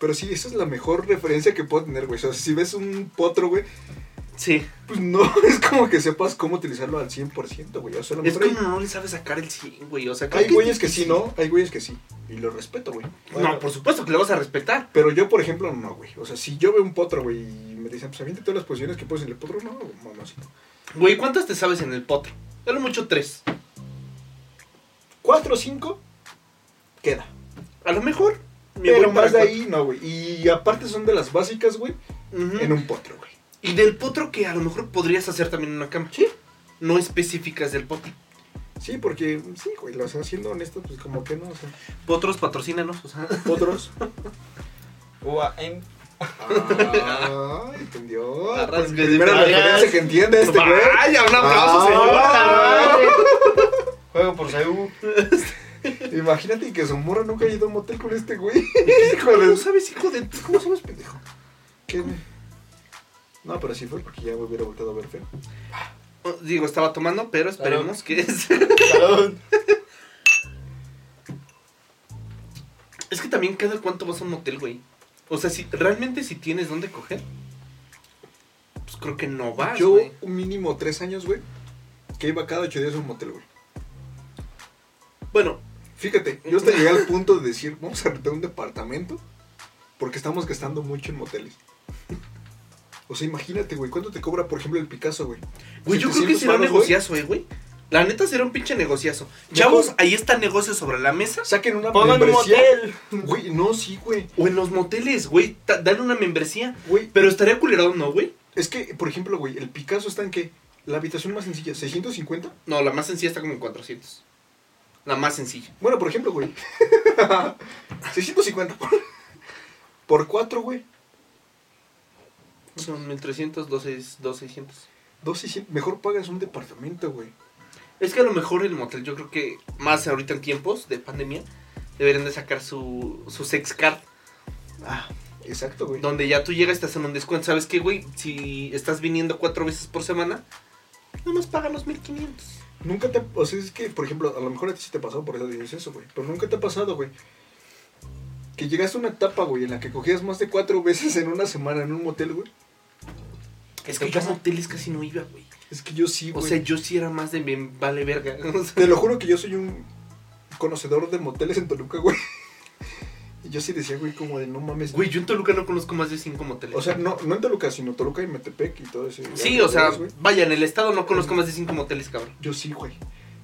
Pero sí, esa es la mejor referencia que puedo tener, güey. O sea, si ves un potro, güey,
sí.
pues no es como que sepas cómo utilizarlo al 100%, güey. O sea, a lo
Es
mejor hay-
como no le sabes sacar el 100, güey. O sea, creo
hay güeyes que sí,
difícil.
¿no? Hay güeyes que sí. Y lo respeto, güey.
No, por supuesto que le vas a respetar.
Pero yo, por ejemplo, no, güey. O sea, si yo veo un potro, güey, y me dicen, pues aviente todas las posiciones que puedes en el potro, no, mamacito.
Güey, ¿cuántas te sabes en el potro? A lo mucho tres.
Cuatro o cinco, queda.
A lo mejor. me
Pero
voy para
más de
cuatro.
ahí, no, güey. Y aparte son de las básicas, güey,
Ujú.
en un potro, güey.
Y del potro que a lo mejor podrías hacer también en una cama.
Sí.
No específicas del potro.
Sí, porque, sí, güey, lo, o sea, siendo honesto, pues como que no, o sea,
Potros patrocínanos, o sea.
potros.
UAM.
Ah, entendió.
Arras,
Pues,
güey,
primera
de-
referencia que entiende este, güey.
Vaya, un aplauso,
Ah.
señora.
Juego por Seúl.
Imagínate que su morra nunca ha ido a un motel con este güey.
¿Cómo
Híjole.
sabes, hijo de tu?
¿Cómo sabes, pendejo? ¿Qué? No, pero sí fue porque ya me hubiera volteado a ver feo.
Digo, estaba tomando, pero esperemos que es.
Salud.
Es que también cada cuánto vas a un motel, güey. O sea, si realmente si tienes dónde coger, pues creo que no vas,
Yo,
güey.
un mínimo tres años, güey, que iba cada ocho días a un motel, güey.
Bueno,
Fíjate, yo hasta llegué al punto de decir, vamos a rentar un departamento porque estamos gastando mucho en moteles. O sea, imagínate, güey, ¿cuánto te cobra, por ejemplo, el Picasso, güey?
güey, yo creo que
700
será un
varos, güey.
negociazo, eh, güey. La neta será un pinche negociazo.
Me
Chavos,
acuerdo-
ahí está el negocio sobre la mesa.
Saquen una
Pongan un
membresía.
motel.
Güey, no, sí, güey.
O en los moteles, güey. ta- Dale una membresía.
Güey,
Pero estaría culerado, ¿no, güey?
es que, por ejemplo, güey, el Picasso está en qué? La habitación más sencilla, 650.
No, la más sencilla está como en 400. La más sencilla.
Bueno, por ejemplo, güey. 650 por, por 4, güey.
Son 1300, 2600, 2600.
2600. Mejor pagas un departamento, güey.
Es que a lo mejor el motel, yo creo que más ahorita en tiempos de pandemia, deberían de sacar su, su sex card.
Ah, exacto, güey.
Donde ya tú llegas y te hacen un descuento. ¿Sabes qué, güey? Si estás viniendo cuatro veces por semana, Nada más paga los 1500.
Nunca te. O sea, es que, por ejemplo, a lo mejor a ti sí te pasó, por eso dices eso, güey. Pero nunca te ha pasado, güey. Que llegaste a una etapa, güey, en la que cogías más de cuatro veces en una semana en un motel, güey.
Es que yo a moteles casi no iba, güey.
Es que yo sí,
O
güey.
sea, yo sí era más de me vale verga. O sea,
Te lo juro que yo soy un conocedor de moteles en Toluca, güey. Y yo sí decía, güey, como de no mames.
Güey, yo en Toluca no conozco más de cinco moteles.
O sea, no, no en Toluca, sino Toluca y Metepec y todo ese.
sí, o sea,
güey.
vaya, en el estado no conozco más de cinco moteles, cabrón.
Yo sí, güey.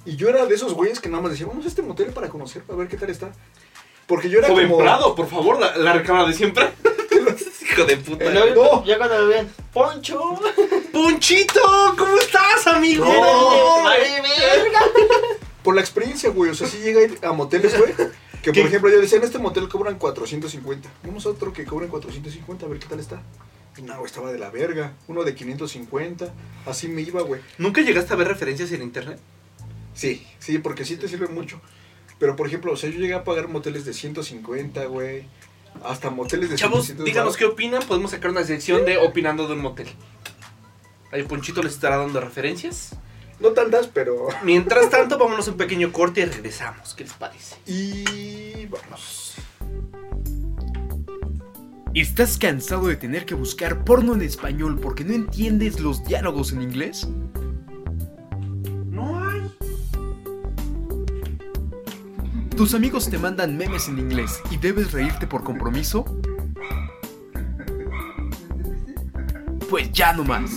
Y yo era de esos güeyes que nada más decía, vamos a este motel para conocer, para ver qué tal está. Porque yo era
Joven
como.
Prado, por favor, la, la recámara de siempre. Hijo de puta.
El novio,
No.
Ya cuando lo ven, ¡Poncho!
¡Ponchito! ¿Cómo estás, amigo?
No.
¡Vale, verga!
Por la experiencia, güey. O sea, sí llega a ir a moteles, güey. Que
¿Qué?
por ejemplo yo decía, en este motel cobran 450. Vamos a otro que cobran 450, a ver qué tal está. Y no, güey, estaba de la verga. Uno de 550. Así me iba, güey.
¿Nunca llegaste a ver referencias en internet?
Sí, sí, porque sí te sirve mucho. Pero por ejemplo, o sea, yo llegué a pagar moteles de 150, güey. Hasta moteles de
Chavos,
700
díganos
varos.
qué opinan. Podemos sacar una sección de opinando de un motel. Ahí Ponchito les estará dando referencias.
No tantas, pero.
Mientras tanto, vámonos a un pequeño corte y regresamos. ¿Qué les parece?
Y vamos.
¿Estás cansado de tener que buscar porno en español porque no entiendes los diálogos en inglés?
No hay.
¿Tus amigos te mandan memes en inglés y debes reírte por compromiso? Pues ya no más.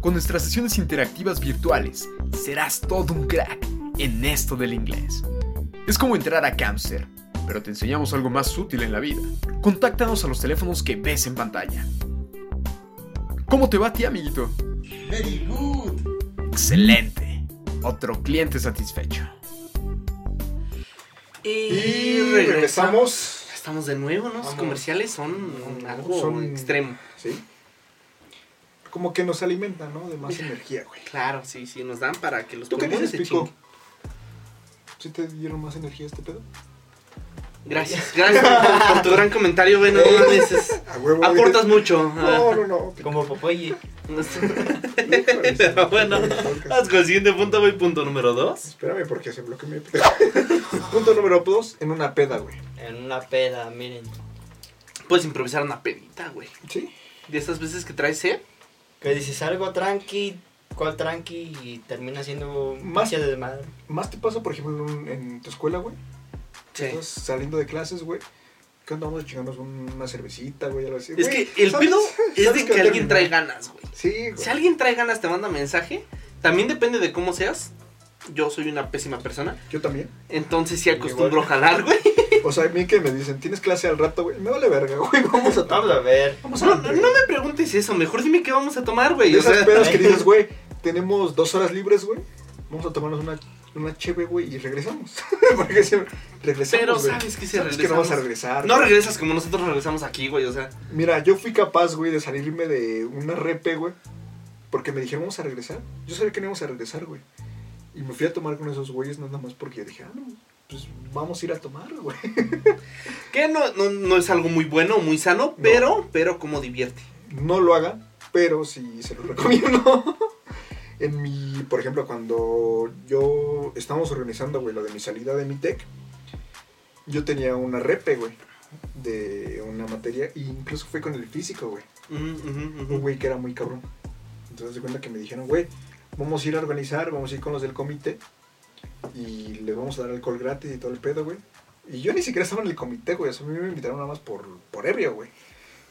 Con nuestras sesiones interactivas virtuales, serás todo un crack en esto del inglés. Es como entrar a cáncer, pero te enseñamos algo más útil en la vida. Contáctanos a los teléfonos que ves en pantalla. ¿Cómo te va a ti, amiguito?
Very good.
Excelente. Otro cliente satisfecho.
Y regresamos.
Ya Estamos de nuevo, ¿no? Los
Vamos.
comerciales son algo
Son-
extremo.
Sí. Como que nos alimenta, ¿no? De más energía, güey.
Claro, sí, sí, nos dan para que los
¿Tú qué
pulmones
dices,
se
Pico?
chinguen.
¿Sí te dieron más energía este pedo?
Gracias, gracias por, por tu gran comentario, bueno, no mames, es-
A huevo. güey.
aportas mucho.
No, no, no. Pico.
Como Popeye.
Pero bueno, vamos con el siguiente punto, voy punto número dos.
Espérame porque se bloqueó mi Punto número dos, en una peda, güey.
En una peda, miren.
Puedes improvisar una pedita, güey.
Sí.
De esas veces que traes sed,
Que dices algo tranqui, cual tranqui y termina siendo
Más-
más de desmadre.
Más te pasa, por ejemplo, en, un- en tu escuela, güey.
Sí.
Estás saliendo de clases, güey. ¿Qué onda? Vamos a chingarnos una cervecita, güey, algo así.
Es
Güey,
que el
¿sabes-
pedo es
sabes
de
va
que
a
alguien
terminar?
trae ganas, güey.
Sí, güey.
Si alguien trae ganas, te manda mensaje. También depende de cómo seas. Yo soy una pésima persona.
Yo también.
Entonces sí acostumbro a jalar, güey.
O sea, a mí que me dicen, tienes clase al rato, güey. Me vale verga, güey. Vamos a
Vamos a ver.
Vamos a
No, no, no me preguntes eso. Mejor dime qué vamos a tomar, güey.
De
O sea,
esas pedas que dices, güey, tenemos dos horas libres, güey. Vamos a tomarnos una, una cheve, güey, y regresamos. Porque siempre regresamos.
pero
güey.
sabes que si
Sabes
regresamos.
que no vas a regresar.
No
güey.
regresas como nosotros regresamos aquí, güey. O sea,
Mira, yo fui capaz, güey, de salirme de una repe, güey. Porque me dijeron, vamos a regresar. Yo sabía que no íbamos a regresar, güey. Y me fui a tomar con esos güeyes nada más porque yo dije, ah, no, pues vamos a ir a tomar, güey.
que no, no, no es algo muy bueno, muy sano, pero, pero como divierte.
No lo hagan, pero sí se los recomiendo. en mi, por ejemplo, cuando yo estábamos organizando, güey, lo de mi salida de mi tech, yo tenía una repe, güey, de una materia, e incluso fue con el físico, güey,
Mm, ujú, ujú.
un güey que era muy cabrón. Entonces, de cuenta que me dijeron, güey, vamos a ir a organizar, vamos a ir con los del comité y les vamos a dar alcohol gratis y todo el pedo, güey. Y yo ni siquiera estaba en el comité, güey, o sea, a mí me invitaron nada más por, por ebrio, güey.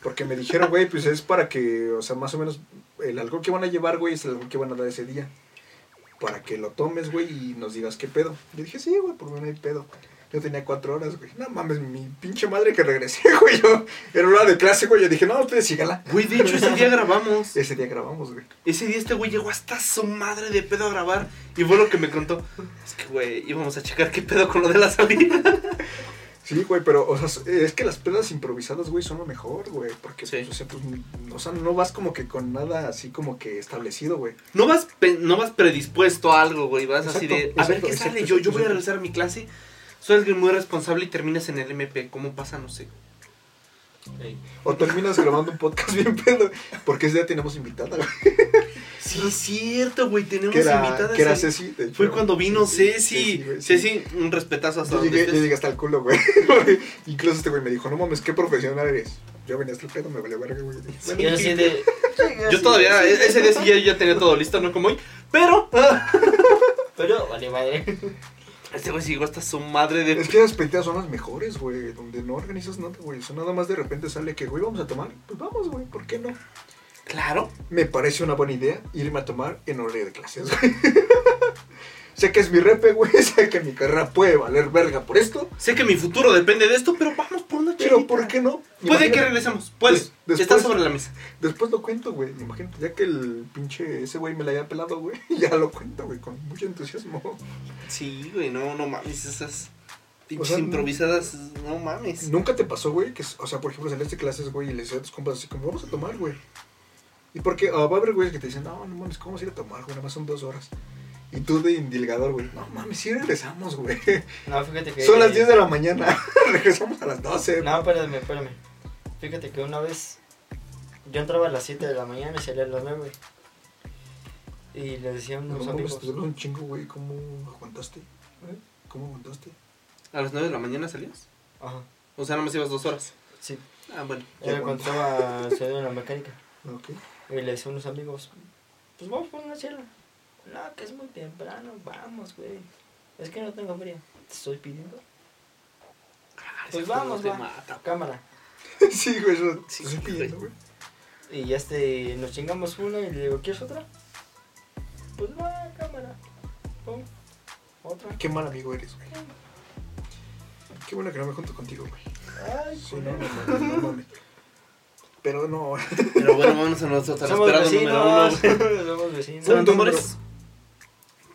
Porque me dijeron, güey, pues es para que, o sea, más o menos el alcohol que van a llevar, güey, es el alcohol que van a dar ese día. Para que lo tomes, güey, y nos digas qué pedo. Yo dije, sí, güey, por mí no hay pedo. Yo tenía cuatro horas, güey. No mames, mi pinche madre que regresé, güey. Yo era hora de clase, güey. Yo dije, no, ustedes síganla.
Güey, de hecho, ese día grabamos.
Ese día grabamos, güey.
Ese día este güey llegó hasta su madre de pedo a grabar. Y fue lo que me contó. Es que, güey, íbamos a checar qué pedo con lo de la salida.
Sí, güey, pero, o sea, es que las pedas improvisadas, güey, son lo mejor, güey. Porque,
Sí.
pues, o sea, pues, o sea, no vas como que con nada así como que establecido, güey.
No vas, pe- no vas predispuesto a algo, güey. Vas así
Exacto,
de, a
exacto,
ver qué
exacto,
sale. Yo, yo
exacto,
voy a
exacto.
regresar a mi clase. Soy alguien muy responsable y terminas en el MP. ¿Cómo pasa? No sé.
Ey.
O terminas grabando un podcast bien pedo. Porque ese día tenemos invitada, güey.
Sí, es cierto, güey. Tenemos
Que era,
invitadas.
que era
ahí.
Ceci. de hecho.
Fue cuando vino Ceci.
güey, sí.
Ceci, un respetazo hasta
Yo
donde
llegué, yo
estés.
llegué hasta el culo, güey. Incluso este güey me dijo, no mames, qué profesional eres. Yo venía hasta el pedo, me valió verga, güey.
Y yo así de-
Yo todavía, e- ese día sí ya, ya tenía todo listo, no como hoy. Pero,
Ah.
Pero vale madre.
este güey llegó hasta su madre de.
Es que las peiteas son las mejores, güey. Donde no organizas nada, güey. O sea, nada más de repente sale que, güey, vamos a tomar. Pues vamos, güey, ¿por qué no?
Claro.
Me parece una buena idea irme a tomar en horario de clases, güey. sé que es mi repe, güey. Sé que mi carrera puede valer verga por esto.
Sé que mi futuro depende de esto, pero vamos por una
Pero
chelita.
¿por qué no?
Puede que
Imagínate-
regresemos. Puedes.
Des-
Está
después-
sobre la mesa.
Después lo cuento, güey. Imagínate, ya que el pinche ese güey me la haya pelado, güey. Ya lo cuento, güey, con mucho entusiasmo.
Sí, güey, no, no mames. Esas pinches
O sea,
improvisadas, no mames.
¿Nunca te pasó, güey? Que, o sea, por ejemplo, saliste de clases, güey, y le decías a tus compas así como, vamos a tomar, güey. Y porque ah, va a haber güeyes que te dicen, no, no mames, ¿cómo vas a ir a tomar, güey? Nada más son dos horas. Y tú de indilgador, güey, no mames, sí regresamos, güey.
No, fíjate que.
Son las 10 de la mañana, regresamos a las 12.
No, espérame, espérame. Fíjate que una vez yo entraba a las 7 de la mañana y salía a las 9. Y le decían a
No
unos
mames,
amigos.
te duele pues, un chingo, güey, ¿cómo aguantaste? ¿Eh? ¿Cómo aguantaste?
¿A las 9 de la mañana salías?
Ajá,
O sea, nomás ibas dos horas.
sí.
Ah, bueno.
Era cuando estaba estudiando en la mecánica.
Ah, Ok.
Y le decía a unos amigos, pues vamos por una chela. No, que es muy temprano, vamos, güey. Es que no tengo frío. Te estoy pidiendo. Pues vamos,
Ah, te
va.
mata.
Cámara.
sí, güey, eso te
Sí,
estoy
güey.
pidiendo, güey.
Y ya este, nos chingamos una y le digo, ¿quieres otra? Pues va, cámara. Pum. Otra.
Qué mal amigo eres, güey. Qué bueno que no me junto contigo, güey.
Ay,
Sí, no, no, mames, no mames. Pero no,
Pero bueno, vámonos a nosotros.
Somos
número uno,
vecinos.
güey.
Somos vecinos.
Son
Punto
tumores.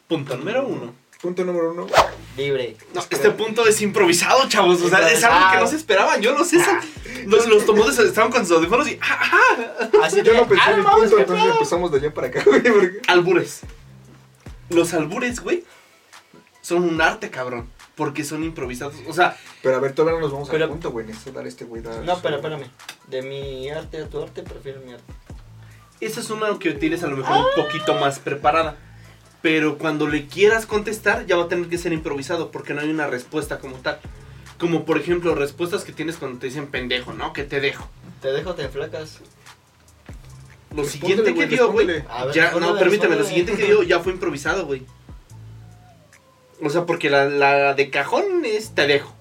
Punto número uno.
punto número uno.
Libre.
No, este punto es improvisado, chavos. O sea, es algo que no se esperaban. Yo no sé.
Ah.
esa- Los, los tomotes estaban con sus audífonos y. ¡ah, ah!
Así
Yo
que,
no pensé
ah,
en el
vamos,
punto,
qué
entonces
pedo.
empezamos de allá para acá, güey. porque-
Albures. Los albures, güey, son un arte, cabrón. Porque son improvisados. O sea,
Pero a ver, todavía no nos vamos
Pero-
al punto, güey. Necesito dar este güey. dar
No,
su-
pero espérame. De mi arte a tu arte, prefiero mi arte.
esa es una que tienes a lo mejor un poquito más preparada. Pero cuando le quieras contestar, ya va a tener que ser improvisado. Porque no hay una respuesta como tal. Como por ejemplo, respuestas que tienes cuando te dicen pendejo, ¿no? Que te dejo.
Te dejo, te enflacas.
Lo
Respóndele,
siguiente que
güey,
dio, güey.
respóndele.
A ver,
Ya,
responde,
no, permíteme, lo
responde.
siguiente que dio ya fue improvisado, güey. O sea, porque la, la de cajón es te dejo.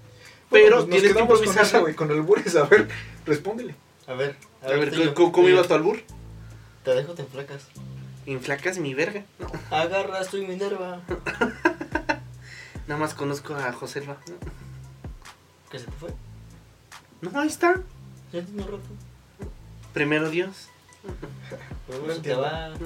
Pero
Bueno, pues nos
tienes que
quedamos con
improvisar.
esa, güey, con el Bures. A ver, respóndele.
A ver,
A ver,
te-
¿cómo, cómo
te-
iba tu albur?
Te dejo, te enflacas.
Inflacas mi verga. No,
Agarras tu Minerva.
nada más conozco a Joselva.
Que se te fue.
No, ahí está.
Ya tiene un rato.
Primero Dios.
Luego
No
se te
entiendo.
va.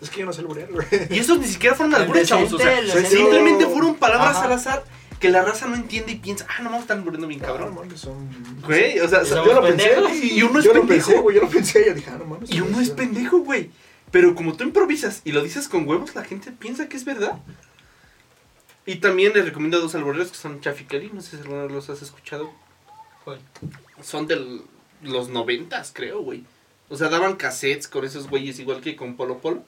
Es que yo no sé alburear, güey.
Y esos ni siquiera fueron albures, chavos. O sea,
Decente,
soy-
decente.
simplemente fueron palabras
Ajá.
al azar que la raza no entiende y piensa, ah, no me están burlando bien
Cabrón,
cabrón.
mames, son.
Güey, o sea,
Estamos
Yo lo pensé.
pendejos.
y uno es
yo lo
pendejo.
pensé, güey. Yo lo pensé. Yo dije, ah, no mames.
Y uno es
pendejo.
pendejo, güey. Pero como tú improvisas y lo dices con huevos, la gente piensa que es verdad. Y también les recomiendo dos alboreros que son Chaficali, no sé si alguno los has escuchado.
¿Cuál?
Son de los noventas, creo, güey. O sea, daban cassettes con esos güeyes, igual que con Polo Polo.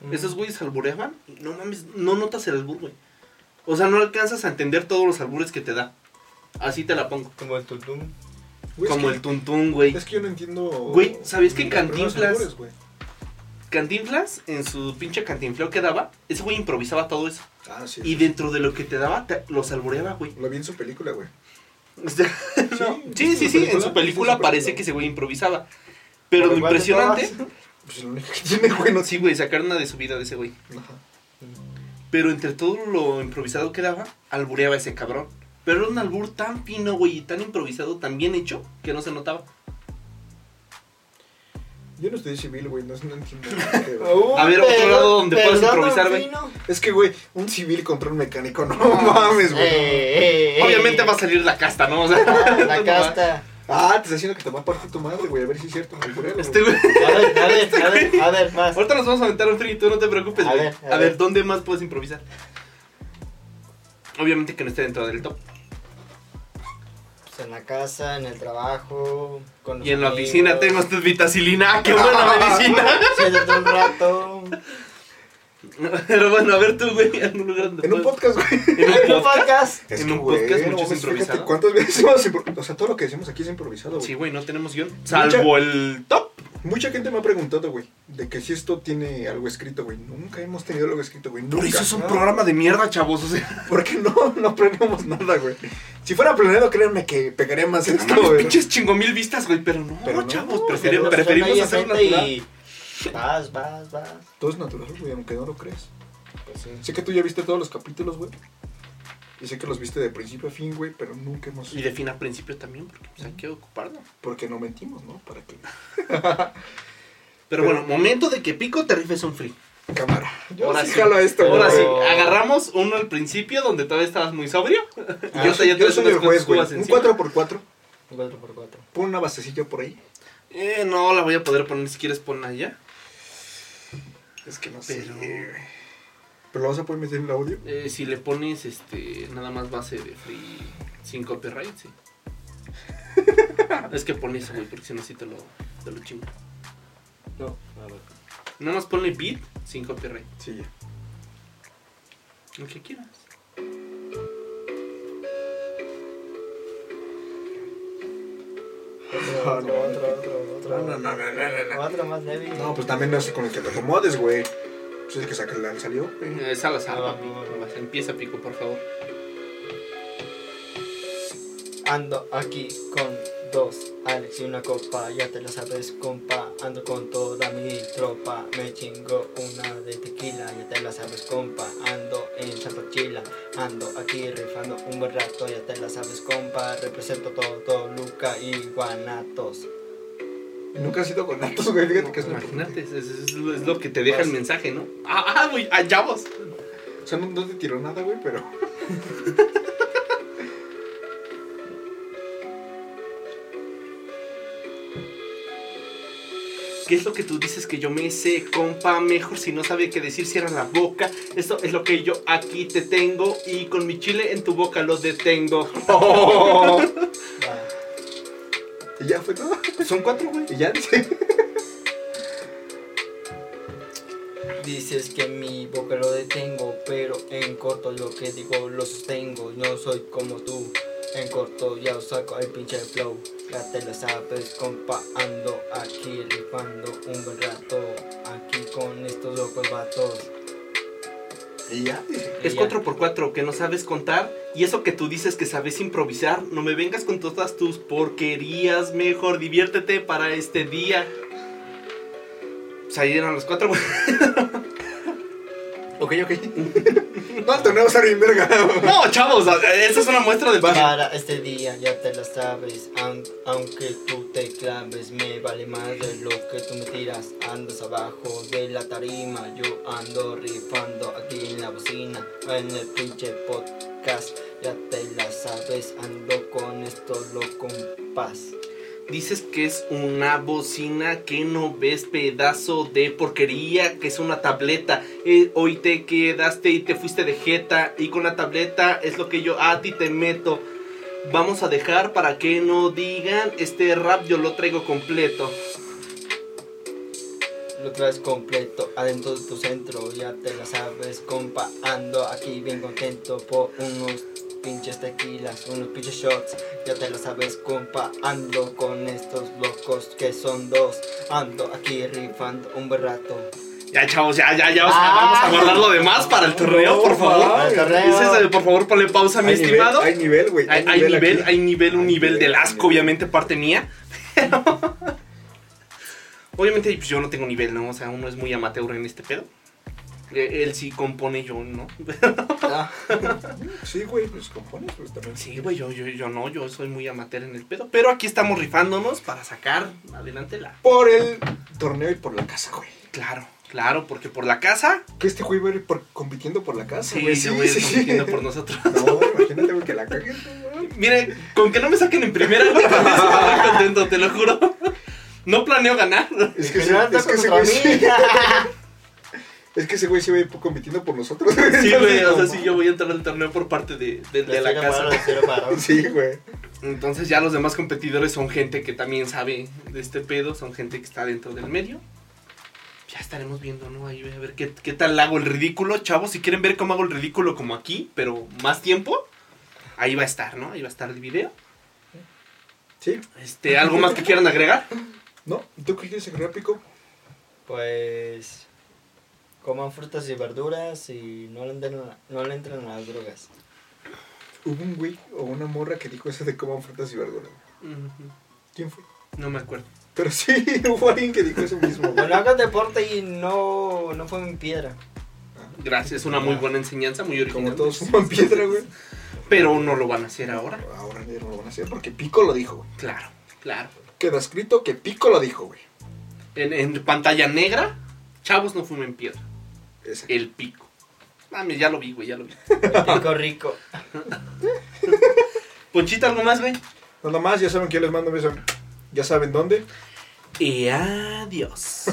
Mm.
Esos güeyes albureaban y no mames, no notas el albur, güey. O sea, no alcanzas a entender todos los albures que te da. Así te la pongo.
Como el tutum.
Como el tuntún, güey.
Es que yo no entiendo.
Güey, ¿sabías que en
los primeros
Cantinflas-
albures, güey?
Cantinflas, en su pinche cantinfleo que daba, ese güey improvisaba todo eso.
Ah, sí.
Y dentro de lo que te daba, te- los alboreaba, güey.
Lo vi en su película, güey.
O sea, no. Sí, sí, sí, en su película parece que ese güey improvisaba. Pero lo
Pero igual te
impresionante.
Pues lo único que tiene, güey, no
Sí, güey, sacaron una de su vida de ese güey.
Ajá.
Pero entre todo lo improvisado que daba, albureaba ese cabrón. Pero era un albur tan fino, güey, y tan improvisado, tan bien hecho, que no se notaba.
Yo no estudié civil, güey, no, no entiendo.
A ver, otro
Perdón,
lado donde puedas
perdón,
improvisar, güey.
fino.
es que, güey, un civil contra un mecánico, no mames, güey.
Eh, eh, eh.
Pues, Obviamente va a salir la casta, ¿no? O sea,
Ah,
no va.
La casta.
Ah, te está diciendo que te va a partir tu madre, güey, a ver si es cierto. güey, güey.
Este güey.
A ver, a ver, a ver, a ver, más.
Ahorita nos vamos a aventar un free, tú no te preocupes,
A
güey. A,
ver,
ver,
a ver.
¿dónde más puedes improvisar? Obviamente que no esté dentro del top.
O sea, Pues en la casa, en el trabajo, con los
Y en la
amigos.
oficina tengo esta vitacilina. ¡Qué buena medicina!
Se desde un rato.
Pero bueno, a ver tú, güey, en un lugar donde
En un
puedas-
podcast, güey.
En un
¿Qué
podcast.
podcast?
En
Es
un
que, güey,
podcast mucho
no
es
mames, fíjate
improvisado.
¿Cuántas veces hemos impro- O sea, todo lo que decimos aquí es improvisado, güey.
Sí, güey, no tenemos guión. Salvo el top.
Mucha gente me ha preguntado, güey, de que si esto tiene algo escrito, güey. Nunca hemos tenido algo escrito, güey.
Por
Nunca.
eso es un
No.
programa de mierda, chavos. O sea,
Porque no, no planeamos nada, güey. Si fuera planeado, créanme que pegaría más esto,
mames,
güey.
pinches chingo mil vistas, güey. Pero no,
Pero no,
chavos,
pero
preferi-
Pero
preferimos
están ahí
hacer una
enfrente y Vas, vas, vas.
Todo es natural, güey, aunque no lo creas.
Pues sí.
Sé que tú ya viste todos los capítulos, güey. Y sé que los viste de principio a fin, güey, pero nunca hemos...
Y defina al principio también, porque pues, hay que ocuparlo.
Porque no mentimos, ¿no? Para que...
Pero,
Pero-
bueno, momento de que Pico te rifes un free.
Cámara. Yo
Ahora
sí
sí.
jalo esto,
Ahora sí,
güey.
agarramos uno al principio donde todavía estabas muy sobrio.
Ah,
y ahorita ya
yo
tienes
soy el
unas
juez,
cuantas
güey.
cubas
Un
encima.
4x4.
4x4.
Pon una basecilla por ahí.
Eh, no la voy a poder poner si quieres ponla allá.
Es que no
Pero-
sé. Pero lo vas a poder meter en el audio.
Eh, si le pones este nada más base de free sin copyright, sí. es que pon eso, güey, porque si no, sí te lo, te lo chingo.
No, a ver.
Nada más ponle beat sin copyright.
Sí, ya.
Lo que quieras.
Ah, no,
Otro, otro, otro, otro.
No, no, no, no, no, no.
Otro más débil.
No, pues también no es con el que te acomodes, güey. Pues es el que saca el salió, güey.
Eh, Es al azar,
Ah,
papi.
no, no.
Vas, Empieza, pico, por favor.
Ando aquí con dos Alex y una copa, ya te la sabes compa, ando con toda mi tropa, me chingo una de tequila, ya te la sabes compa, ando en Chapachila, ando aquí rifando un buen rato, ya te la sabes compa, represento todo Toluca y Guanatos.
Nunca has ido con datos, güey. Fíjate que es una-
Imagínate, es, es- es lo- es lo que te deja el mensaje, ¿no? Ah, ah, güey, allá vos.
O sea, no, no te tiró nada, güey, pero.
¿Qué es lo que tú dices que yo me sé, compa? Mejor si no sabe qué decir, cierra la boca. Esto es lo que yo aquí te tengo y con mi chile en tu boca lo detengo.
Va.
Y ya fue todo.
Son cuatro, güey.
Y ya dice.
Dices que mi boca lo detengo, pero en corto lo que digo lo sostengo. No soy como tú, en corto ya os saco el pinche flow. Ya te la sabes, compa, ando aquí rifando un buen rato. Aquí con estos locos vatos.
Y ya dice.
Es
Ya.
4x4 que no sabes contar y eso que tú dices que sabes improvisar. No me vengas con todas tus porquerías, mejor diviértete para este día. Pues ahí eran los cuatro, güey.
Ok, ok. no, el torneo sale bien verga.
No, chavos, esa es una muestra del
Para este día ya te la sabes, aun- aunque tú te claves, me vale más de lo que tú me tiras. Andas abajo de la tarima, yo ando rifando aquí en la bocina, en el pinche podcast. Ya te la sabes, ando con esto loco en paz.
Dices que es una bocina que no ves pedazo de porquería, que es una tableta. Eh, hoy te quedaste y te fuiste de jeta y con la tableta es lo que yo a ti te meto. Vamos a dejar para que no digan, este rap yo lo traigo completo.
Lo traes completo adentro de tu centro, ya te la sabes, compa. Ando aquí bien contento por unos pinches tequilas, unos pinches shots. Ya te la sabes, compa. Ando con estos locos que son dos. Ando aquí rifando un buen rato.
Ya chavos, ya, ya, ya, o sea,
Ah.
vamos a guardar lo demás para el torneo, por favor.
Ay,
Dices, eh, por favor, ponle pausa, mi
Hay nivel,
estimado.
Hay nivel, güey.
Hay, hay nivel, hay nivel,
aquí.
un
Hay
nivel del
nivel,
asco,
hay nivel.
obviamente, parte mía. obviamente, pues, yo no tengo nivel, ¿no? O sea, uno es muy amateur en este pedo. Eh, Él sí compone, yo no.
Ah,
Sí, güey, pues compones, güey, también.
Sí, güey, yo, yo, yo no, yo soy muy amateur en el pedo. Pero aquí estamos rifándonos para sacar adelante la.
Por el torneo y por la casa, güey.
Claro, claro, porque por la casa.
Que este güey va a ir por- compitiendo por la casa,
Sí,
güey.
yo voy a ir compitiendo por nosotros.
No, imagínate, güey, que la cagues, güey.
Mire, con que no me saquen en primera, güey, con eso estoy contento, te lo juro. No planeo ganar.
Es
que
que, sí,
no anda
es que ese
contra
güey sí.
mí.
Es que ese güey se va a ir compitiendo por nosotros. güey.
Sí,
Entonces,
güey, o sea,
no
sí,
mames.
yo voy a entrar al torneo por parte de, de- de la casa.
Sí, güey.
Entonces ya los demás competidores son gente que también sabe de este pedo, son gente que está dentro del medio. Ya estaremos viendo, ¿no? Ahí a ver qué, qué tal hago el ridículo, chavos. Si quieren ver cómo hago el ridículo como aquí, pero más tiempo, ahí va a estar, ¿no? Ahí va a estar el video.
Sí.
Este, ¿algo más que quieran agregar?
¿No? ¿Tú qué quieres agregar, Pico?
Pues coman frutas y verduras y no le entren a, no le entren a las drogas.
Hubo un güey o una morra que dijo eso de coman frutas y verduras.
Ujú,
¿Quién fue?
No me acuerdo.
Pero sí, hubo alguien que dijo eso mismo, güey.
Bueno, hagan deporte y no, no fumen piedra.
Gracias, una muy buena enseñanza, muy original.
Como todos fuman piedra, güey.
Pero no lo van a hacer ahora.
Ahora ya no lo van a hacer porque Pico lo dijo, güey.
Claro, claro.
Queda escrito que Pico lo dijo, güey.
En, en pantalla negra, chavos no fumen piedra.
Esa.
El pico. Mami, ya lo vi, güey, ya lo vi.
Rico, rico.
Ponchita, ¿algo más, güey?
Nada más, ya saben que yo les mando un beso. Ya saben dónde.
Y adiós.